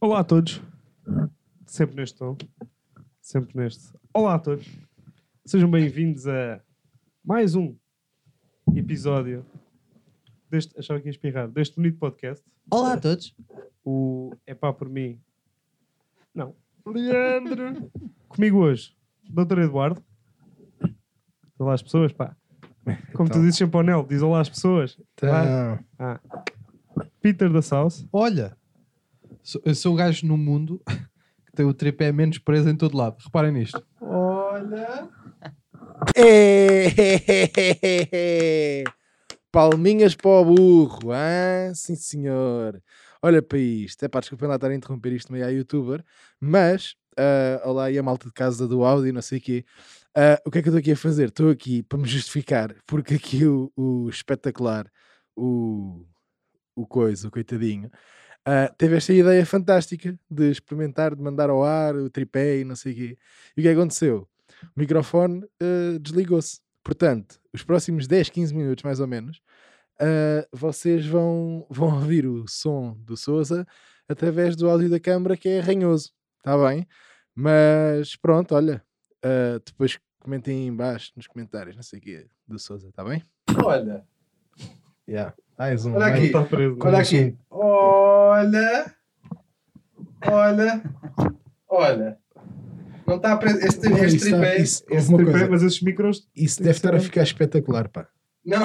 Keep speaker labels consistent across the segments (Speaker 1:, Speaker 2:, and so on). Speaker 1: Olá a todos. Sempre neste tom. Sempre neste. Olá a todos. Sejam bem-vindos a mais um episódio deste. Achava que ia espirrar. Deste bonito podcast.
Speaker 2: Olá
Speaker 3: Tá.
Speaker 2: a todos.
Speaker 1: O É Pá por mim. Não. Leandro. Comigo hoje, Dr. Eduardo. Olá as pessoas, pá. Como tu
Speaker 3: Então.
Speaker 1: dizes sempre ao Nel, diz olá às pessoas.
Speaker 3: Tá.
Speaker 1: Ah. Peter da South.
Speaker 3: Olha, sou- eu sou o gajo no mundo que tem o tripé menos preso em todo lado. Reparem nisto.
Speaker 1: Olha.
Speaker 2: É.
Speaker 4: Palminhas para o burro, ah, sim senhor. Olha para isto, é pá, desculpem lá estar a interromper isto meio à youtuber, mas, ah, olá aí a malta de casa do áudio, não sei o quê. Ah, o que é que eu estou aqui a fazer? Estou aqui para me justificar, porque aqui o, o espetacular, o, o coisa, o coitadinho, ah, teve esta ideia fantástica de experimentar, de mandar ao ar o tripé e não sei o quê. E o que é que aconteceu? o microfone eh, desligou-se. Portanto, os próximos 10, 15 minutos, mais ou menos, ah, vocês vão, vão ouvir o som do Souza através do áudio da câmara, que é ranhoso. Está bem? Mas pronto, olha. ah, depois comentem aí em baixo, nos comentários, não sei o quê, do Souza, está bem?
Speaker 3: Olha,
Speaker 4: Yeah. Mais um.
Speaker 3: Olha
Speaker 4: mais-
Speaker 3: aqui.
Speaker 1: Está preso. não é?
Speaker 3: aqui. Olha, olha, olha. Não está preso. Este,
Speaker 4: Olha, isso tá- isso-
Speaker 1: Esse
Speaker 4: uma
Speaker 1: tripé,
Speaker 3: é
Speaker 4: coisa,
Speaker 1: mas esses micros.
Speaker 4: isso deve estar a ficar espetacular, pá.
Speaker 3: Não.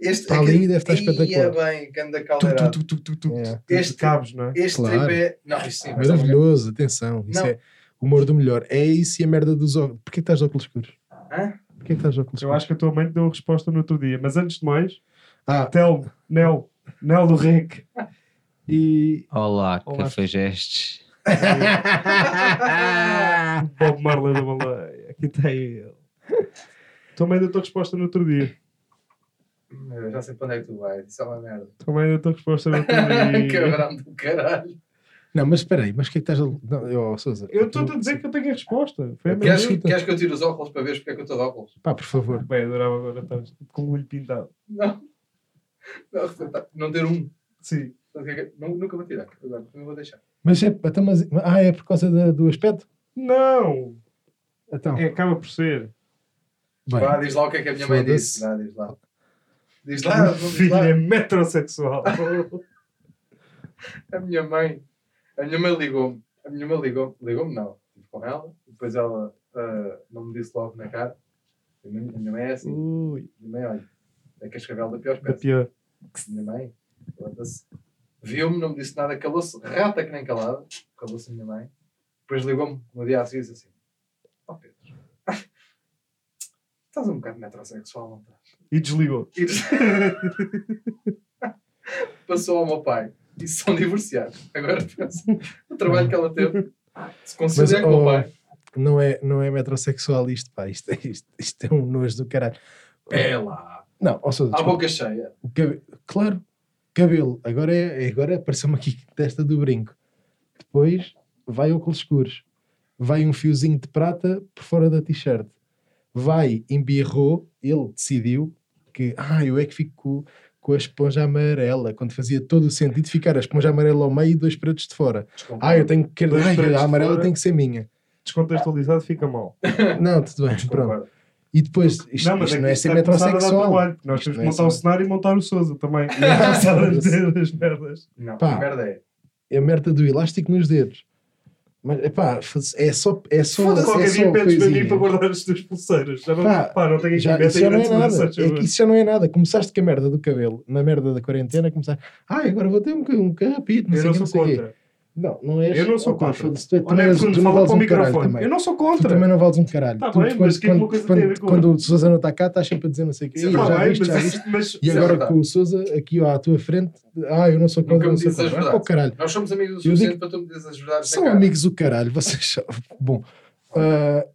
Speaker 3: Este é
Speaker 4: Para ali deve estar
Speaker 3: tá
Speaker 4: espetacular.
Speaker 3: bem, ganda
Speaker 1: Tu,
Speaker 3: caldeirada.
Speaker 1: tu, tu, tu, tu, tu,
Speaker 4: Yeah.
Speaker 1: tu,
Speaker 3: Este-
Speaker 1: de cabos, não é?
Speaker 3: Este
Speaker 4: Claro.
Speaker 3: tripé. Não, isto sim. mas é também-
Speaker 4: Maravilhoso, atenção. Isso
Speaker 3: Não.
Speaker 4: é humor do melhor. É isso e a merda dos óculos. Porquê que estás de óculos escuros?
Speaker 3: Hã?
Speaker 4: Porquê que estás de óculos
Speaker 1: Eu
Speaker 4: escuros?
Speaker 1: acho que a tua mãe te deu a resposta no outro dia. Mas antes de mais,
Speaker 4: Ah,
Speaker 1: Telmo, Nel, Nel do Rec. E
Speaker 2: Olá,
Speaker 1: Olá.
Speaker 2: cafegestes.
Speaker 1: Bob Marley da Baleia. Aqui está ele. Tua mãe deu a tua resposta no outro dia.
Speaker 3: Eu já sei para onde é que tu vais. Isso é uma merda.
Speaker 1: Tua mãe deu a tua resposta no outro dia.
Speaker 3: Cabrão do caralho.
Speaker 4: Não, mas espera aí, mas o que é que estás a. Não, eu, oh, Sousa,
Speaker 1: Eu estou a dizer que eu tenho a resposta. Foi a minha.
Speaker 3: Queres, queres que eu tire os óculos para veres porque é que eu estou de óculos?
Speaker 4: Pá, por favor.
Speaker 1: Bem, adorava agora estar com o olho pintado.
Speaker 3: Não. Não, não ter um.
Speaker 1: Sim.
Speaker 3: Sabe o que é que- nu- Nunca vou tirar. Agora, não vou deixar.
Speaker 4: Mas é. Então, mas, ah, é por causa da- do aspecto?
Speaker 1: Não!
Speaker 4: Então.
Speaker 1: É, acaba por ser.
Speaker 4: Bem,
Speaker 3: Vá, diz lá o que é que a minha mãe disse. Ah. Vá, diz lá. Diz lá, diz
Speaker 1: Filho
Speaker 3: lá.
Speaker 1: é metrosexual.
Speaker 3: A minha mãe. A minha mãe ligou-me. A minha mãe ligou-me. Ligou-me, não. Estive com ela. Depois ela ah, não me disse logo na cara. A minha a minha mãe é assim.
Speaker 1: Ui,
Speaker 3: A minha mãe, olha. É Cascavel da pior
Speaker 1: da
Speaker 3: espécie.
Speaker 1: pior.
Speaker 3: Minha mãe, foda-se. Viu-me, não me disse nada, calou-se, rata que nem calada, calou-se a minha mãe. Depois ligou-me no dia a seguir e disse assim: Ó Pedro, estás um bocado metrosexual, não estás?
Speaker 1: E desligou.
Speaker 3: E des- Passou ao meu pai e são divorciados. Agora pensa, o trabalho que ela teve, se considera
Speaker 4: Mas,
Speaker 3: com o
Speaker 4: oh,
Speaker 3: pai.
Speaker 4: não, é, não é metrosexual isto, pá. Isto, é- isto, isto é um nojo do caralho.
Speaker 3: É lá,
Speaker 4: Não, ó, Sousa,
Speaker 1: Ah,
Speaker 3: à
Speaker 4: desculpa.
Speaker 3: boca cheia.
Speaker 4: O cabe- Claro, cabelo. Agora, é, agora apareceu-me aqui testa do brinco. Depois vai óculos escuros. Vai um fiozinho de prata por fora da t-shirt. Vai, embirrou, ele decidiu que, ah, eu é que fico com, com a esponja amarela, quando fazia todo o sentido ficar a esponja amarela ao meio e dois pretos de fora.
Speaker 3: Desculpa.
Speaker 4: Ah, eu tenho que
Speaker 1: Dois
Speaker 4: ai,
Speaker 1: pretos
Speaker 4: a
Speaker 1: de
Speaker 4: amarela
Speaker 1: fora.
Speaker 4: tem que ser minha.
Speaker 1: Descontextualizado fica mal.
Speaker 4: Não, tudo bem,
Speaker 3: Desculpa.
Speaker 4: pronto. E depois, isto não, isto
Speaker 1: que
Speaker 4: não é
Speaker 1: isto
Speaker 4: ser
Speaker 1: vai começar a dar
Speaker 4: metrosexual.
Speaker 1: trabalho, porque Nós
Speaker 4: Isto
Speaker 1: temos
Speaker 4: não
Speaker 1: que
Speaker 4: é
Speaker 1: montar o
Speaker 4: só-
Speaker 1: cenário e montar o Sousa também. E começar a dizer as merdas.
Speaker 3: Não,
Speaker 4: Pá.
Speaker 3: merda é.
Speaker 4: é a merda do elástico nos dedos. Mas epá, faz- é só. É só
Speaker 1: Foda-se,
Speaker 4: é
Speaker 1: qualquer
Speaker 4: só
Speaker 1: dia pedes para mim
Speaker 4: coisinha.
Speaker 1: para guardar as tuas pulseiras. Já não,
Speaker 4: Pá,
Speaker 1: pá, não tenho aqui
Speaker 4: Já,
Speaker 1: meta
Speaker 4: isso já não
Speaker 1: grande
Speaker 4: é nada.
Speaker 1: segurança,
Speaker 4: É que isso já não é nada. Começaste com a merda do cabelo, na merda da quarentena, começaste. Ai, agora vou ter um, ca- um carrapito, não
Speaker 1: Eu
Speaker 4: sei
Speaker 1: não
Speaker 4: o quê, não
Speaker 1: sou
Speaker 4: sei o quê.
Speaker 1: contra.
Speaker 4: Não, não és.
Speaker 1: Eu não sou
Speaker 4: opá,
Speaker 1: contra.
Speaker 4: foda-se, tu, tu
Speaker 1: Olha,
Speaker 4: não
Speaker 1: é
Speaker 4: és,
Speaker 1: quando
Speaker 4: tu não
Speaker 1: fala
Speaker 4: vales
Speaker 1: para
Speaker 4: um
Speaker 1: o
Speaker 4: caralho
Speaker 1: microfone.
Speaker 4: também.
Speaker 1: Eu não sou
Speaker 4: Tu
Speaker 1: contra.
Speaker 4: também não vales um caralho.
Speaker 1: Tá
Speaker 4: Tu,
Speaker 1: bem, mas o que é que uma coisa
Speaker 4: quando,
Speaker 1: tem a ver com a
Speaker 4: quando o Sousa não está cá, estás sempre a dizer não sei o quê.
Speaker 3: Sim,
Speaker 4: "Ih,
Speaker 3: tá
Speaker 4: Já
Speaker 1: Está bem,
Speaker 4: viste, já
Speaker 1: mas
Speaker 4: viste.
Speaker 1: isso- mas
Speaker 4: E
Speaker 3: Isso é
Speaker 4: agora
Speaker 3: verdade.
Speaker 4: com o Sousa aqui ó, à tua frente, ah, eu não sou contra,
Speaker 3: Nunca
Speaker 4: não
Speaker 3: me
Speaker 4: sou
Speaker 3: disse as
Speaker 4: contra. Vai para o
Speaker 3: verdades.
Speaker 4: caralho.
Speaker 3: Nós somos amigos o
Speaker 4: Eu digo-
Speaker 3: suficiente para tu me dizeres as verdades. na
Speaker 4: São
Speaker 3: cara.
Speaker 4: amigos do caralho, vocês são. Bom, ah,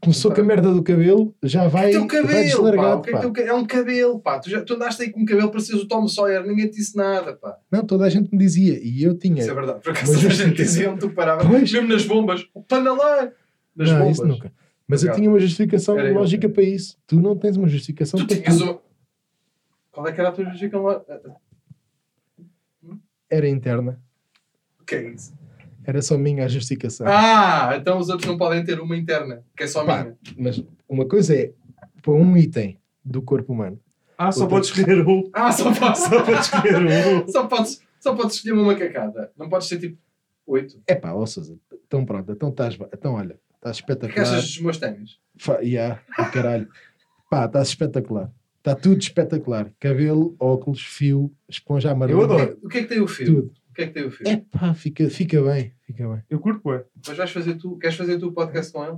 Speaker 4: começou com a merda do cabelo, já vai.
Speaker 3: É teu
Speaker 4: vai
Speaker 3: cabelo, pá.
Speaker 4: deslargado,
Speaker 3: O que é,
Speaker 4: pá.
Speaker 3: que teu ca- é um cabelo, pá. Tu, já, tu andaste aí com um cabelo, parecias o Tom Sawyer, ninguém te disse nada, pá.
Speaker 4: Não, toda a gente me dizia, e eu tinha.
Speaker 3: Isso é verdade. Por
Speaker 4: Mas
Speaker 3: acaso a
Speaker 4: eu-
Speaker 3: gente dizia onde tu paravas,
Speaker 4: Pois.
Speaker 3: mesmo nas bombas, o panalã, nas
Speaker 4: não,
Speaker 3: é bombas.
Speaker 4: isso nunca. Mas eu
Speaker 3: Obrigado.
Speaker 4: tinha uma justificação
Speaker 3: Era eu. né?
Speaker 4: lógica para isso. Tu não tens uma justificação
Speaker 3: Tu
Speaker 4: para
Speaker 3: tinhas
Speaker 4: tudo.
Speaker 3: o. Qual é que era a tua justificação? lá?
Speaker 4: Era interna.
Speaker 3: que é isso?
Speaker 4: Era só minha a justificação.
Speaker 3: Ah, então os outros não podem ter uma interna, que é só
Speaker 4: Tá. Pá,
Speaker 3: minha.
Speaker 4: Mas uma coisa é para um item do corpo humano.
Speaker 1: Ah, só
Speaker 4: Outra.
Speaker 1: podes escolher um.
Speaker 3: Ah, só posso.
Speaker 1: Só podes escolher um.
Speaker 3: Só podes, só podes escolher uma macacada. Não podes ser tipo oito.
Speaker 4: É pá, ó Sousa, tão pronto, então estás. ba- Então olha, estás
Speaker 3: O É que achas
Speaker 4: espetacular.
Speaker 3: dos meus ténis?
Speaker 4: Fa- Yeah, oh, caralho. Pá, estás espetacular. Está tudo espetacular. Cabelo, óculos, fio, esponja amarela.
Speaker 1: Eu adoro.
Speaker 3: O que é que tem o fio?
Speaker 4: Tudo.
Speaker 3: O que é que tem o fio?
Speaker 4: É pá, fica, fica bem, fica bem.
Speaker 1: Eu curto, ué.
Speaker 3: Mas vais fazer tu, queres fazer tu o podcast com ele?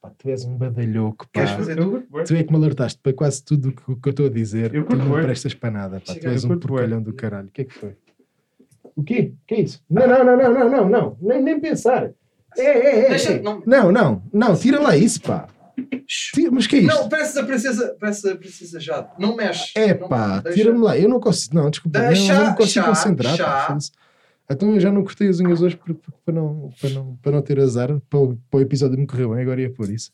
Speaker 4: Pá, tu és um badalhoco, pá.
Speaker 3: Queres fazer-
Speaker 1: Eu curto, ué.
Speaker 4: Tu é que me alertaste para quase tudo o que, o que eu estou a dizer.
Speaker 1: Eu
Speaker 4: tu
Speaker 1: curto
Speaker 4: não
Speaker 1: bué.
Speaker 4: prestas para nada, pá.
Speaker 3: Chega,
Speaker 4: tu és
Speaker 1: eu
Speaker 4: um
Speaker 1: curto bué.
Speaker 4: porcalhão do caralho. O que é que foi? O quê? O que é isso? Não, não, não, não, não, não, não. Nem, nem pensar. É, é, é.
Speaker 3: Deixa-
Speaker 4: é.
Speaker 3: não-
Speaker 4: não, não, não, tira lá isso, pá. Tira- mas que é isto?
Speaker 3: Não, parece a princesa, parece a princesa Jade. Não mexe.
Speaker 4: É
Speaker 3: Não-
Speaker 4: pá,
Speaker 3: deixa.
Speaker 4: tira-me lá. Eu não consigo. Não, desculpa, não-
Speaker 3: Deixa,
Speaker 4: não, me consigo
Speaker 3: já,
Speaker 4: concentrar. pá,
Speaker 3: já.
Speaker 4: foda-se. Então eu já não cortei as unhas hoje por- por- para não, para não, para não ter azar. Para o, para o episódio me correr bem, agora ia por isso.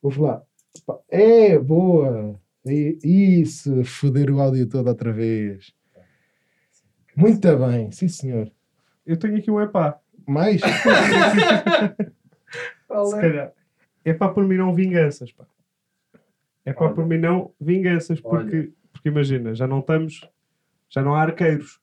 Speaker 4: Ouve lá. Pá, É, boa. I- Isso, foder o áudio todo outra vez. Muito bem, sim senhor.
Speaker 1: Eu tenho aqui um epá,
Speaker 4: Mais?
Speaker 3: Qual
Speaker 1: se
Speaker 3: é?
Speaker 1: calhar. Epá por mim não vinganças, pá. Epá
Speaker 3: Olha.
Speaker 1: por mim não vinganças, porque, porque imagina, já não estamos, já não há arqueiros.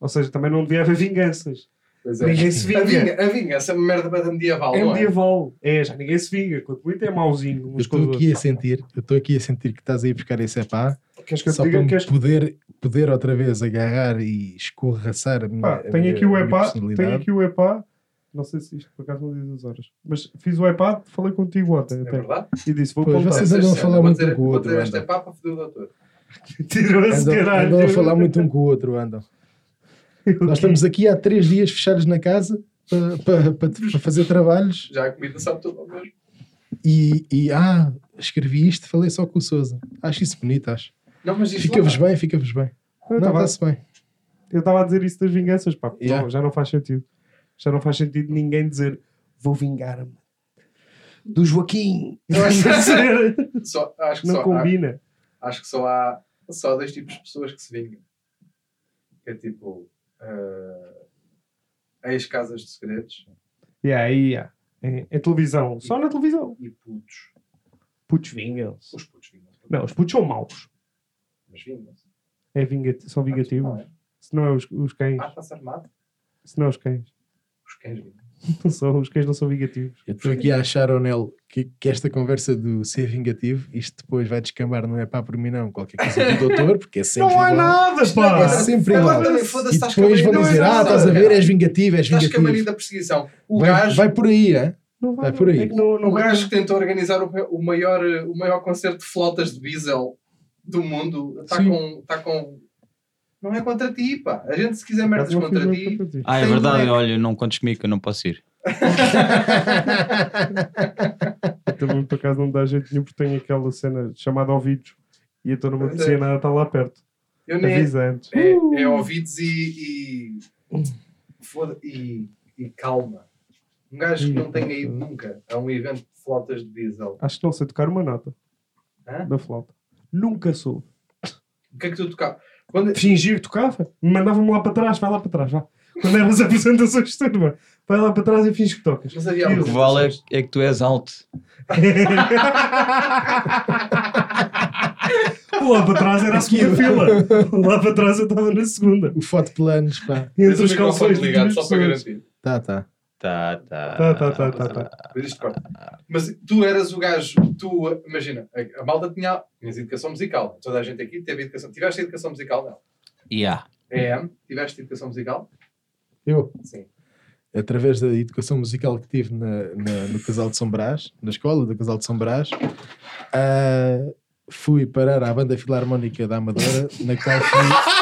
Speaker 1: Ou seja, também não devia haver vinganças.
Speaker 3: Pois é.
Speaker 1: Ninguém se
Speaker 3: A
Speaker 1: vinga.
Speaker 3: vinga, a vinga, essa merda banda medieval,
Speaker 1: É
Speaker 3: não é?
Speaker 1: medieval. É, já ninguém se vinga. Quanto muito é mauzinho. Uns
Speaker 4: Eu
Speaker 1: com os
Speaker 4: estou
Speaker 1: outros.
Speaker 4: aqui a sentir, eu estou aqui a sentir que estás aí a buscar esse epá.
Speaker 1: Queres que eu
Speaker 4: só
Speaker 1: te diga?
Speaker 4: para
Speaker 1: Queres...
Speaker 4: poder, poder outra vez agarrar e escorraçar a minha,
Speaker 1: Pá,
Speaker 4: a
Speaker 1: tenho
Speaker 4: minha-
Speaker 1: aqui o
Speaker 4: a minha
Speaker 1: epá,
Speaker 4: personalidade.
Speaker 1: tenho aqui o epá. Não sei se isto por acaso não diz as horas. Mas fiz o epá, falei contigo ontem.
Speaker 3: É
Speaker 1: até.
Speaker 3: verdade?
Speaker 1: e disse, vou
Speaker 4: Pois,
Speaker 1: contar.
Speaker 4: então. vocês- andam a falar
Speaker 3: Vou
Speaker 4: muito
Speaker 3: dizer-
Speaker 4: com o
Speaker 3: vou
Speaker 4: outro,
Speaker 3: dizer, Esta é
Speaker 4: anda.
Speaker 3: papa fodeu o doutor.
Speaker 1: Tirou-se,
Speaker 4: Andam,
Speaker 1: caralho.
Speaker 4: andam a falar muito um com o outro, andam. Nós estamos aqui há três dias fechados na casa para fazer trabalhos
Speaker 3: Já a comida sabe tudo ao mesmo.
Speaker 4: e, e, ah, escrevi isto, falei só com o Sousa. Acho isso bonito, acho.
Speaker 3: Não, mas isto
Speaker 4: Fica-vos
Speaker 3: lá-
Speaker 4: bem, fica-vos bem.
Speaker 1: Eu
Speaker 4: Não,
Speaker 1: estava-
Speaker 4: tá está-se bem.
Speaker 1: Eu estava a dizer isso das vinganças, pá. porque
Speaker 4: Yeah.
Speaker 1: não, já não faz sentido. Já não faz sentido ninguém dizer vou vingar-me do Joaquim.
Speaker 3: Eu acho que-
Speaker 1: Dizer,
Speaker 3: Só, acho que
Speaker 1: não
Speaker 3: só há,
Speaker 1: combina.
Speaker 3: acho que só há só dois tipos de pessoas que se vingam. Que é tipo eh, ex-casas de segredos
Speaker 1: Yeah, yeah. É, é televisão. Só na televisão.
Speaker 3: e putos.
Speaker 1: Putos vingam-se.
Speaker 3: Os putos vingam-se.
Speaker 1: Não, os putos são maus.
Speaker 3: Mas vingam-se.
Speaker 1: É vingati são vingativos.
Speaker 3: Ah, é?
Speaker 1: Se não é os, os cães.
Speaker 3: Ah, está-se armado?
Speaker 1: Se não é os cães.
Speaker 3: Os cães vingam.
Speaker 1: Não são, os cães não são vingativos.
Speaker 4: Eu estou aqui a achar, Onel, que, que esta conversa do ser vingativo, isto depois vai descambar, não é pá por mim, não. Qualquer coisa do doutor, porque é sempre.
Speaker 1: não há
Speaker 4: igual.
Speaker 1: nada,
Speaker 3: Isto
Speaker 1: pá!
Speaker 4: é sempre
Speaker 3: Agora
Speaker 4: igual.
Speaker 3: também,
Speaker 4: E
Speaker 3: foda-se, estás com a
Speaker 4: depois
Speaker 3: mania
Speaker 4: vão
Speaker 3: da
Speaker 4: dizer, ah,
Speaker 3: perseguição,
Speaker 4: estás a ver,
Speaker 3: cara.
Speaker 4: és vingativo, és
Speaker 3: Estás com a mania
Speaker 4: vingativo.
Speaker 3: da perseguição. O
Speaker 4: Vai,
Speaker 3: gajo
Speaker 4: vai por aí, é?
Speaker 1: Não vai,
Speaker 4: Vai por aí.
Speaker 1: É que não, não
Speaker 3: O
Speaker 1: vai.
Speaker 3: gajo que tentou organizar o, o maior, eh, o maior concerto de flautas de Diesel do mundo está
Speaker 4: Sim.
Speaker 3: com, tá com. Não é contra ti, pá. A gente, se quiser
Speaker 1: Por acaso
Speaker 3: merdas
Speaker 1: não fiz
Speaker 3: contra
Speaker 1: nada
Speaker 3: ti,
Speaker 1: contra ti.
Speaker 5: Ah, é
Speaker 3: Tem
Speaker 5: verdade,
Speaker 3: boneco.
Speaker 5: olha, não contes comigo que eu não posso ir.
Speaker 1: Também por acaso não dá jeito nenhum porque tem aquela cena chamada ouvidos e então não me
Speaker 3: Pois é.
Speaker 1: apetecia nada estar lá perto.
Speaker 3: eu nem.
Speaker 1: Avisa antes.
Speaker 4: Uh!
Speaker 3: É, é ouvidos e. e, foda- e, e calma. Um gajo que não tenha ido nunca a um evento de flautas de Diesel.
Speaker 1: Acho que não sei tocar uma nota
Speaker 3: Hã?
Speaker 1: da flauta. Nunca soube.
Speaker 3: O que é que tu tocava? Quando...
Speaker 1: Fingia que tocava, mandava-me lá para trás, vai lá para trás, vá. Quando eram as apresentações de turma, vai lá para trás e finge que tocas.
Speaker 3: Mas havia
Speaker 5: O que vale é, é que tu és alto.
Speaker 1: O lá para trás era a segunda fila. O lá para trás eu estava na segunda.
Speaker 4: O fotoplanos, pá.
Speaker 3: Tens
Speaker 1: Entre
Speaker 3: o
Speaker 1: os
Speaker 3: microfone
Speaker 1: calções de
Speaker 3: ligado,
Speaker 1: duas
Speaker 3: só para
Speaker 1: pessoas.
Speaker 3: garantir.
Speaker 4: Tá, tá.
Speaker 5: Tá, tá.
Speaker 1: Tá, tá, tá, tá, tá.
Speaker 3: Mas isto corta. Mas tu eras o gajo, tu, imagina, a, a malta tinha, tinhas educação musical. Toda a gente aqui teve educação. Tiveste educação musical, não?
Speaker 5: Yeah.
Speaker 3: É, tiveste educação musical?
Speaker 4: Eu,
Speaker 3: Sim.
Speaker 4: através da educação musical que tive na, na- no Casal de São Brás, na escola do Casal de São Brás, ah, fui parar à Banda Filarmónica da Amadora, na qual fui.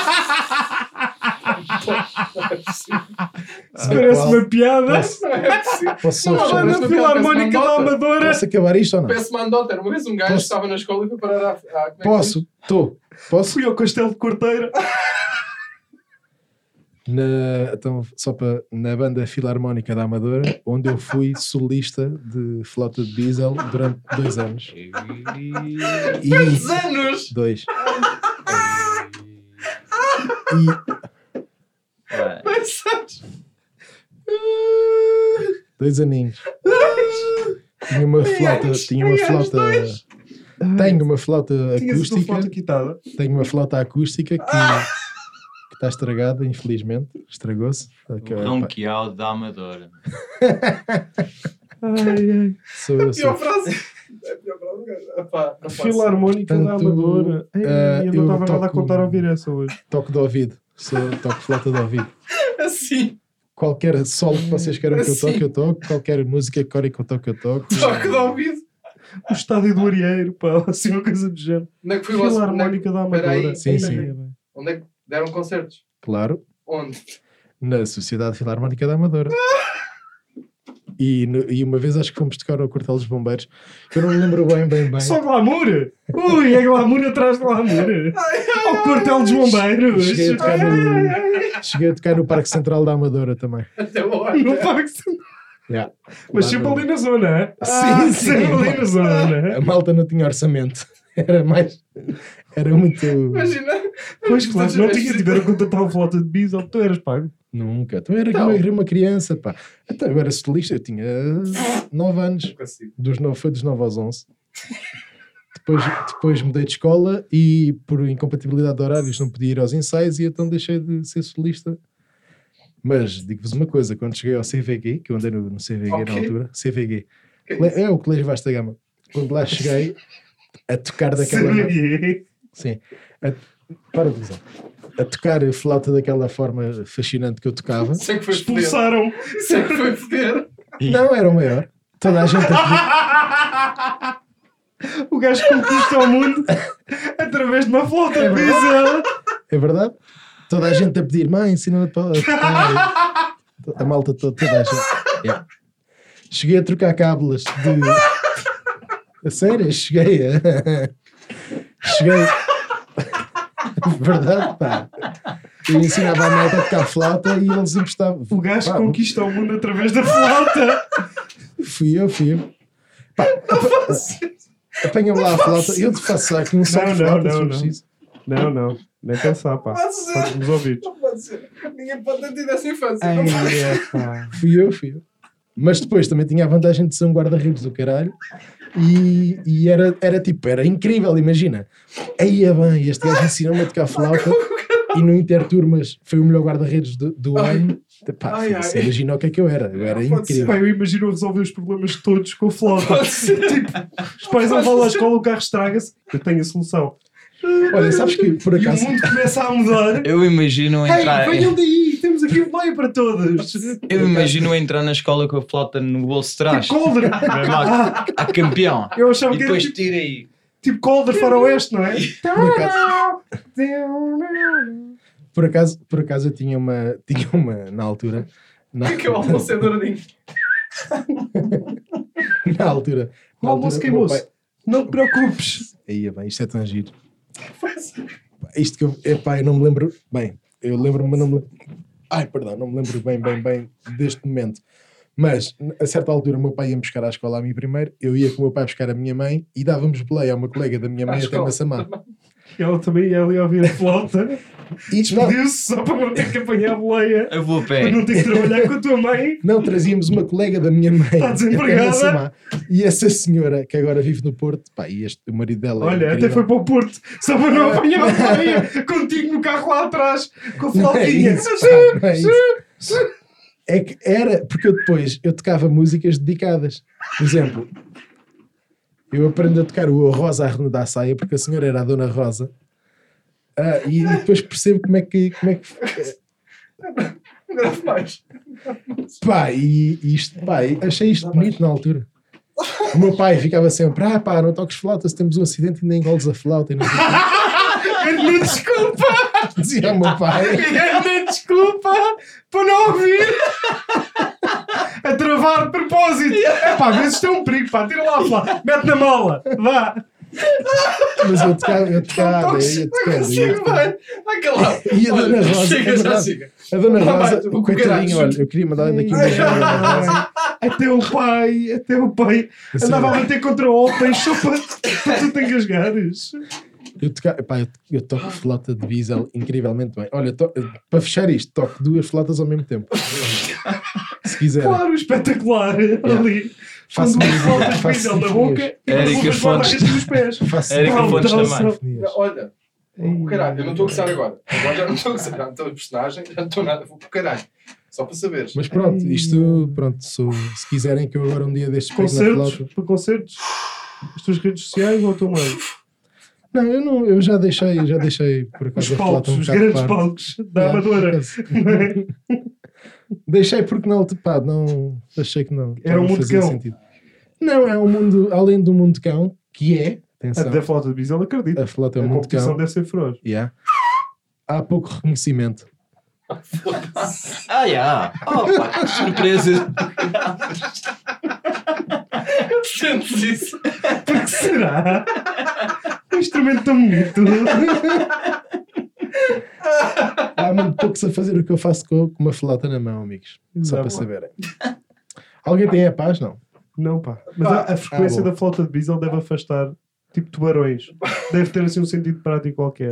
Speaker 4: Ah,
Speaker 1: Se parece uma piada.
Speaker 4: Posso,
Speaker 3: Não é possível.
Speaker 4: posso só
Speaker 1: Uma
Speaker 4: fechar
Speaker 1: banda
Speaker 4: isto?
Speaker 1: filarmónica da
Speaker 3: Mandota.
Speaker 1: Amadora.
Speaker 4: Posso acabar isto ou não?
Speaker 3: Peço-me uma anedota. Era uma vez um gajo
Speaker 4: Posso?
Speaker 3: estava na escola e foi parar à. à como é que
Speaker 4: Posso, estou. Posso?
Speaker 1: Fui ao Castelo de Corteira.
Speaker 4: Na, então, só para na banda Filarmónica da Amadora, onde eu fui solista de flauta de diesel durante dois anos.
Speaker 3: diz?
Speaker 4: E
Speaker 3: Quantos anos!
Speaker 4: dois.
Speaker 5: Vai.
Speaker 3: Mas sabes?
Speaker 4: Dois aninhos. Tinha uma flauta. Tinha uma flauta. Tenho uma flauta
Speaker 6: Tinha-se do
Speaker 4: acústica.
Speaker 6: foto quitada.
Speaker 4: Tenho uma flauta acústica que, que está estragada, infelizmente. Estragou-se. Que,
Speaker 5: O
Speaker 4: opa,
Speaker 5: Ronquial da Amadora.
Speaker 1: Ai, ai.
Speaker 4: sou
Speaker 6: A
Speaker 4: eu, sou
Speaker 6: pior
Speaker 4: eu.
Speaker 6: frase.
Speaker 3: É
Speaker 6: A pior frase,
Speaker 3: Ah,
Speaker 6: cara. Epá, não faço.
Speaker 1: Filarmónica da
Speaker 4: Portanto,
Speaker 1: Amadora. Ei,
Speaker 4: eh,
Speaker 1: eu não
Speaker 4: eu
Speaker 1: estava nada a
Speaker 4: toco-
Speaker 1: contar a ouvir essa hoje.
Speaker 4: Toco de ouvido. Sou, toco flauta de ouvido.
Speaker 6: Assim.
Speaker 4: Qualquer solo que vocês querem que eu
Speaker 6: Assim.
Speaker 4: toque, eu toco. Qualquer música que querem que eu toque, eu toco.
Speaker 6: Toque de ouvido.
Speaker 1: O estádio do Arieiro, pá, assim uma coisa do género.
Speaker 6: Onde é que foi o vosso... Onde é que-
Speaker 1: Filarmónica da
Speaker 6: Espera
Speaker 1: Amadora.
Speaker 6: aí.
Speaker 4: Sim, sim.
Speaker 6: Onde é que deram concertos?
Speaker 4: Claro,
Speaker 6: Onde?
Speaker 4: na Sociedade Filarmónica da Amadora. E, no- e uma vez acho que fomos tocar ao Quartel dos Bombeiros. Eu não me lembro bem, bem, bem.
Speaker 1: Só glamour? Ui, é glamour atrás de glamour. Ao quartel dos bombeiros.
Speaker 4: Cheguei a
Speaker 1: Ai,
Speaker 4: tocar
Speaker 1: ai, ai.
Speaker 4: no, cheguei a tocar no Parque Central da Amadora também.
Speaker 6: Até agora.
Speaker 1: No Parque Central.
Speaker 4: Yeah.
Speaker 1: Mas
Speaker 4: Lá
Speaker 1: sempre
Speaker 4: no-
Speaker 1: ali na zona, é?
Speaker 4: Sim, sim.
Speaker 1: Sempre ali na zona, né?
Speaker 4: A malta não tinha orçamento. Era mais. Era muito.
Speaker 6: Imagina.
Speaker 1: Pois claro, não
Speaker 6: assim.
Speaker 1: tinha, tiveram que contratar uma flota de bis ou tu eras pago.
Speaker 4: Nunca. Então era
Speaker 6: Então.
Speaker 4: como era uma criança, pá. Então eu era solista, eu tinha 9 anos.
Speaker 6: Nunca sigo.
Speaker 4: Dos nove- foi dos 9 aos 11. Depois, depois mudei de escola e, por incompatibilidade de horários, não podia ir aos ensaios e então deixei de ser solista. Mas digo-vos uma coisa: quando cheguei ao CVG, que eu andei no, no CVG
Speaker 6: Ok.
Speaker 4: na altura, CVG,
Speaker 6: Que é
Speaker 4: Le- é o Colégio Vasta Gama. Quando lá cheguei, a tocar daquela
Speaker 1: Sabe quê?
Speaker 4: Sim. A, para de usar. A tocar a flauta daquela forma fascinante que eu tocava.
Speaker 6: Sei que foi foder.
Speaker 1: Expulsaram.
Speaker 6: Sei que foi foder.
Speaker 4: Não, era o maior. Toda a gente a
Speaker 1: O gajo conquista o mundo através de uma flota de bis.
Speaker 4: pedir, é verdade? Toda a gente a pedir, mãe, ensina-me a to- a tocar. A malta toda, toda a gente. Yeah. Cheguei a trocar cábulas de. A sério, cheguei a. Cheguei. Verdade, pá. Eu ensinava a malta a tocar flauta e eles emprestavam.
Speaker 1: O gajo
Speaker 4: Pá,
Speaker 1: conquista o mundo através da flauta.
Speaker 4: Fui eu, fui eu. Pá, apa- Apanha-me lá a flauta. Eu te faço aqui um som
Speaker 1: Não,
Speaker 4: de
Speaker 1: não,
Speaker 4: flauta se
Speaker 1: não,
Speaker 4: for
Speaker 1: não.
Speaker 4: preciso.
Speaker 1: Não, não. Nem pensar, pá.
Speaker 6: Pode ser.
Speaker 1: Só nos ouvidos.
Speaker 6: Não pode ser. Ninguém pode ter tido essa
Speaker 7: assim
Speaker 6: infância.
Speaker 1: Ai,
Speaker 6: Não pode.
Speaker 1: é, pá.
Speaker 4: Fui eu, fui eu. Mas depois também tinha a vantagem de ser um guarda-redes do caralho. E, e era, era tipo, era incrível, imagina. Aí é bem, este gajo ensinou-me a tocar flauta. E no Interturmas foi o melhor guarda-redes do, do
Speaker 6: Ai.
Speaker 4: ano. Pá,
Speaker 6: Ai, ai.
Speaker 4: foda-se, imagina o que é que eu era. Eu era
Speaker 6: Pode ser.
Speaker 4: incrível.
Speaker 1: Pá, eu imagino eu resolver os problemas todos com a flauta.
Speaker 6: Pode ser.
Speaker 1: Os pais não vão à escola, o carro estraga-se. Eu tenho a solução.
Speaker 4: Olha, sabes que por
Speaker 1: E o
Speaker 4: acaso.
Speaker 1: mundo começa a mudar.
Speaker 5: Eu imagino entrar.
Speaker 1: Ei, venham daí, temos aqui um meio para todos.
Speaker 5: eu imagino entrar na escola com a flauta no bolso de trás.
Speaker 1: Tipo Calder.
Speaker 5: Mesmo a, a campeão.
Speaker 1: Eu achava
Speaker 5: E
Speaker 1: que era
Speaker 5: depois
Speaker 1: tipo,
Speaker 5: tira aí.
Speaker 1: tipo Calder faroeste, não é?
Speaker 4: Por acaso, por acaso, por acaso eu tinha uma, tinha uma na altura. Na,
Speaker 6: Que é o almoço é douradinho.
Speaker 4: na altura.
Speaker 1: O
Speaker 4: na
Speaker 1: almoço
Speaker 4: altura, o meu
Speaker 1: queimou-se. Não te preocupes.
Speaker 4: pai- Aí é bem, isto é tão giro. Isto que eu. Epá, eu não me lembro. Bem, eu lembro-me, mas não me. lem- Ai, perdão, não me lembro bem, bem, bem deste momento. Mas, a certa altura, o meu pai ia buscar à escola a mim primeiro, eu ia com o meu pai buscar a minha mãe e dávamos boleia a uma colega da minha
Speaker 6: À
Speaker 4: mãe até
Speaker 6: escola.
Speaker 4: Massamá.
Speaker 1: E ela também ia ali ouvir a flauta.
Speaker 4: E não,
Speaker 1: Despediu-se só para não ter que apanhar a boleia.
Speaker 5: Eu vou a
Speaker 6: É.
Speaker 1: Para
Speaker 5: pé.
Speaker 1: não ter que trabalhar com a tua mãe.
Speaker 4: Não, trazíamos uma colega da minha mãe.
Speaker 1: Está desempregada.
Speaker 4: até Massamá. E essa senhora que agora vive no Porto, pá, e este, o marido dela. é
Speaker 1: Olha, até
Speaker 4: incrível.
Speaker 1: foi para o Porto, só para não apanhar a boleia. Contigo no carro lá atrás, com a
Speaker 4: É. Não é
Speaker 1: flautinha.
Speaker 4: isso, pá, não é isso. É que era, porque eu depois eu tocava músicas dedicadas. Por exemplo, eu aprendo a tocar o A Rosa Arrenda à Saia, porque a senhora era a Dona Rosa. Ah, e depois percebo como é que. Como é que
Speaker 6: Não grave mais.
Speaker 4: pá, e, e isto, pá, e achei isto bonito na altura. O meu pai ficava sempre: ah, pá, não toques flauta, se temos um acidente ainda engoles a flauta. E não sei o é
Speaker 1: Grande desculpa,
Speaker 4: que dizia ao meu pai.
Speaker 1: grande desculpa para não ouvir. A travar de propósito. Pá, às vezes isto é um perigo, pá, tira lá a flauta, mete na mala, vá.
Speaker 4: Mas eu tocava, eu tocava, eu
Speaker 6: Não
Speaker 4: ia tocando, eu ia
Speaker 6: consigo
Speaker 4: tocando.
Speaker 6: mais. Vai calar.
Speaker 4: E a Dona
Speaker 6: Olha,
Speaker 4: Rosa,
Speaker 6: Chega,
Speaker 4: é
Speaker 6: já
Speaker 4: verdade.
Speaker 6: chega.
Speaker 4: A Dona
Speaker 6: Não, vai,
Speaker 4: Rosa,
Speaker 6: o
Speaker 4: coitadinha,
Speaker 6: caralho.
Speaker 4: olha, né? eu queria mandar daqui uma
Speaker 1: Ai,
Speaker 4: beijada à Dona Rosa.
Speaker 1: Até o pai, até o pai
Speaker 4: Eu
Speaker 1: andava a
Speaker 4: sei,
Speaker 1: bater contra o open só para, para tu te engasgares.
Speaker 4: Eu, toca... Epá, eu, eu toco flauta de diesel incrivelmente bem. Olha, to- para fechar isto, toco duas flautas ao mesmo tempo. se quiserem.
Speaker 1: Claro, espetacular. Ali.
Speaker 4: É. Faço
Speaker 1: Quando
Speaker 4: minhas-
Speaker 1: soltas o
Speaker 4: faço
Speaker 1: pindel na
Speaker 4: minhas-
Speaker 1: boca e
Speaker 5: Érica
Speaker 1: soltas
Speaker 5: Fontes.
Speaker 1: guarda-redes nos pés.
Speaker 4: Faço
Speaker 5: Érica
Speaker 4: minhas
Speaker 5: Fontes
Speaker 1: Não,
Speaker 5: também.
Speaker 4: etnias.
Speaker 7: Olha,
Speaker 4: Oh,
Speaker 7: o caralho, eu não estou a gostar agora. Agora já não estou a gostar, já não estou a personagem, já não estou nada, vou para o caralho. Só para saberes.
Speaker 4: Mas pronto, isto, pronto, sou- se quiserem que eu agora um dia destes pegue na flauta.
Speaker 1: Concertos, para concertos, as tuas redes sociais ou o teu meio?
Speaker 4: Não, eu não, eu já deixei, já deixei por
Speaker 1: Os
Speaker 4: acaso a flauta
Speaker 1: palcos,
Speaker 4: um
Speaker 1: os
Speaker 4: bocado de
Speaker 1: grandes
Speaker 4: parte.
Speaker 1: palcos da
Speaker 4: Já, por
Speaker 1: Amadora.
Speaker 4: acaso. Deixei porque não, pá, não, achei que não.
Speaker 1: Era um
Speaker 4: não
Speaker 1: mundo
Speaker 4: fazia
Speaker 1: cão.
Speaker 4: sentido. Não, é um mundo, além do mundo cão, que é,
Speaker 1: A
Speaker 4: atenção,
Speaker 1: da flauta de bisel, acredito.
Speaker 4: a flauta é
Speaker 1: a
Speaker 4: um mundo
Speaker 1: competição
Speaker 4: cão.
Speaker 1: deve ser feroz.
Speaker 4: Yeah. Há pouco reconhecimento.
Speaker 5: Ah, já. Opa, que surpresa.
Speaker 7: Sentes isso?
Speaker 1: Porque será? Um instrumento tão bonito.
Speaker 4: Há muito poucos a fazer o que eu faço com com uma flauta na mão, amigos. Só
Speaker 1: Exato.
Speaker 4: para saberem. Alguém tem a paz? Não.
Speaker 1: Não, pá. Mas a, a frequência
Speaker 4: Ah, bom.
Speaker 1: da flauta de bisel deve afastar, tipo, tubarões. Deve ter, assim, um sentido prático qualquer.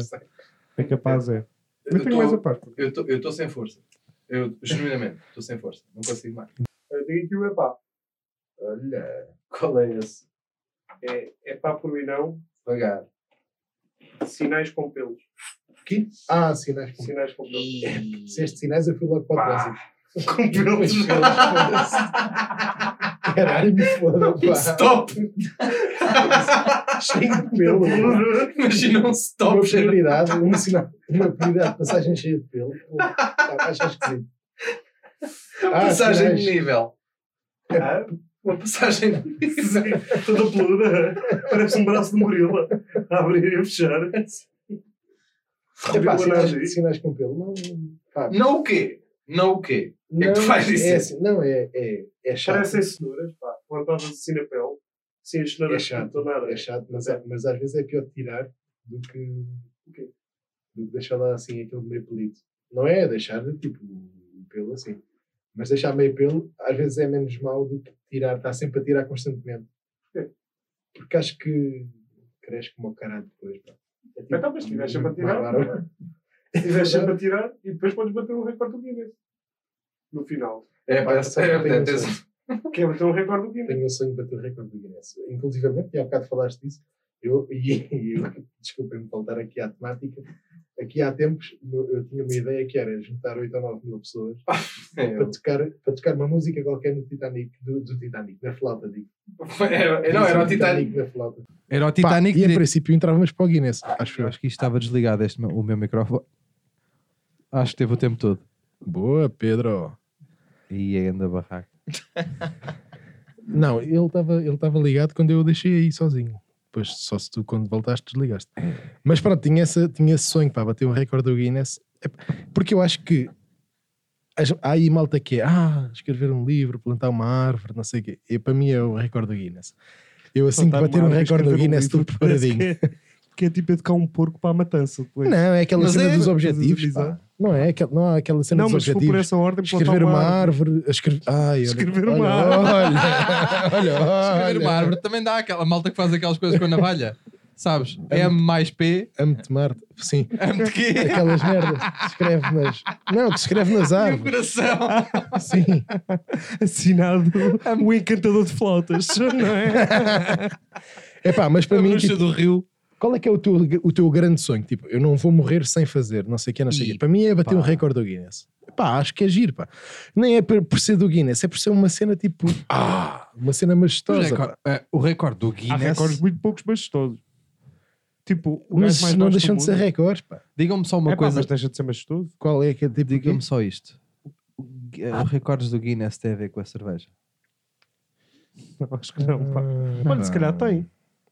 Speaker 1: É capaz, é.
Speaker 7: Eu
Speaker 1: Eu tenho mais a
Speaker 7: estou-
Speaker 1: parte.
Speaker 7: eu estou- eu estou sem força. Eu, genuinamente, estou sem força. Não consigo mais.
Speaker 1: Eu tenho aqui o epá.
Speaker 7: Olha, qual é esse?
Speaker 1: É epá por mim não,
Speaker 7: Pagar.
Speaker 1: sinais com pelos.
Speaker 4: Ah, sinais.
Speaker 1: Sinais com pelos.
Speaker 4: Disseste sinais, eu fui logo para o trânsito.
Speaker 1: Com
Speaker 7: um
Speaker 1: pelos.
Speaker 4: Caralho, me foda, pá.
Speaker 7: Stop!
Speaker 4: Cheio de pelo. pá.
Speaker 7: Imagina um
Speaker 4: Uma
Speaker 7: stop. cheio de-
Speaker 4: prioridade, um sinal, uma prioridade de passagem cheia de pelo. Pô, tá, Achas que sim? Ah,
Speaker 7: Passagem de
Speaker 4: sinais.
Speaker 7: nível.
Speaker 1: Ah,
Speaker 7: Uma passagem de nível.
Speaker 1: Toda peluda. Parece um braço de gorila. A abrir e a fechar.
Speaker 4: Epá,
Speaker 1: Pelo
Speaker 4: sinais,
Speaker 1: nariz.
Speaker 4: sinais com pelo. Não, pá,
Speaker 7: Não o quê? Não o quê? que é que tu vais dizer?
Speaker 4: é assim, não, é, é, é chato.
Speaker 1: Parecem cenouras, pá. Plantadas de sinapel. Sim, as
Speaker 4: É
Speaker 1: cenouras
Speaker 4: chato.
Speaker 1: não estão nada.
Speaker 4: É chato, mas, é- mas às vezes é pior tirar do que, do que deixar lá assim aquele meio pelito. Não é deixar tipo um pelo assim. Mas deixar meio pelo às vezes é menos mal do que tirar, está sempre a tirar constantemente.
Speaker 1: Porquê?
Speaker 4: Porque acho que cresce como o caralho depois. Pá. É tipo,
Speaker 1: Então, mas se tiver sempre a tirar.
Speaker 4: bárbaro.
Speaker 1: Se tiveres sempre a tirar e depois podes bater um recorde do Guinness. No final.
Speaker 7: É,
Speaker 4: Pá,
Speaker 7: parece.
Speaker 4: só que
Speaker 7: É,
Speaker 4: tenho, um
Speaker 7: tens-
Speaker 4: sonho,
Speaker 1: Quer bater um recorde do Guinness.
Speaker 4: tenho um sonho de bater o recorde do Guinness. Inclusivamente, e há bocado falaste disso, eu, e eu, desculpem-me voltar aqui à temática. Aqui há tempos eu eu tinha uma ideia que era juntar 8 ou 9 mil pessoas
Speaker 7: É,
Speaker 4: para tocar, para tocar uma música qualquer no Titanic, do, do Titanic, na flauta, digo.
Speaker 7: Era, era- É, não, era o Titanic.
Speaker 4: Na flauta.
Speaker 3: Era o Titanic direito.
Speaker 4: princípio entrávamos para o Guinness, acho
Speaker 3: Eu acho que isto estava desligado este, meu- o meu microfone. Acho que teve o tempo todo.
Speaker 4: Boa, Pedro.
Speaker 3: E a grande barraca.
Speaker 4: Não, ele estava ele estava ligado quando eu o deixei aí sozinho. Depois, só se tu, quando voltaste, desligaste. Mas pronto, tinha, essa, tinha esse sonho para bater um recorde do Guinness. É p- Porque eu acho que as- há aí malta que é, ah, escrever um livro, plantar uma árvore, não sei o quê. E para mim é o recorde do Guinness. Eu assim
Speaker 1: tá
Speaker 4: que bater um recorde do Guinness, estou preparadinho.
Speaker 1: Que é tipo educar um porco para a matança depois.
Speaker 4: Não, é aquela
Speaker 3: Mas
Speaker 4: cena
Speaker 3: é,
Speaker 4: dos
Speaker 1: mas é
Speaker 4: objetivos. pá.
Speaker 1: bizarro.
Speaker 4: Não é aquela, não há aquela
Speaker 1: Não,
Speaker 4: cena dos
Speaker 1: mas se for por
Speaker 4: objetivos.
Speaker 1: essa é ordem, plantar
Speaker 4: Escrever uma árvore, escrever, ai, olha-
Speaker 1: Escrever uma
Speaker 4: olha, Olha, olha, olha,
Speaker 3: Escrever uma árvore também dá aquela malta que faz aquelas coisas com a navalha. Sabes? M mais P,
Speaker 4: Amo-te, Marte. Sim,
Speaker 3: M de quê?
Speaker 4: aquelas merdas. que se Escreve nas. Não, que se escreve nas
Speaker 3: E o
Speaker 4: árvores.
Speaker 3: coração.
Speaker 4: Sim.
Speaker 1: Assinado o encantador de flautas. Não é?
Speaker 4: Epá, mas
Speaker 3: A
Speaker 4: para mim,
Speaker 3: bruxa
Speaker 4: tipo,
Speaker 3: do rio.
Speaker 4: qual é que é o teu, o teu grande sonho? Tipo, eu não vou morrer sem fazer, não sei o que, não sei o quê.
Speaker 3: Ih,
Speaker 4: Para mim é bater
Speaker 3: pá.
Speaker 4: um recorde do Guinness. Epá, acho que é giro, pá. Nem é por, por ser do Guinness, é por ser uma cena tipo. Ah! Uma cena
Speaker 3: O
Speaker 1: é,
Speaker 4: majestosa.
Speaker 3: recorde,
Speaker 4: pá.
Speaker 3: eh, o recorde do
Speaker 1: Há
Speaker 3: Guinness.
Speaker 1: recordes muito poucos, mas todos. Tipo, o gajo
Speaker 4: Mas
Speaker 1: mais
Speaker 4: não
Speaker 1: baixo do
Speaker 4: deixam de ser
Speaker 1: mundo.
Speaker 4: recordes, pá.
Speaker 3: Digam-me só uma
Speaker 1: É pá,
Speaker 3: coisa.
Speaker 1: mas deixa de ser majestoso.
Speaker 4: Qual é que é tipo.
Speaker 3: Digam-me só isto. O Gui- eh, Os recordes do Guinness têm a ver com a cerveja.
Speaker 1: Não, acho que não, pá.
Speaker 4: Ah,
Speaker 1: Olha, se calhar tem.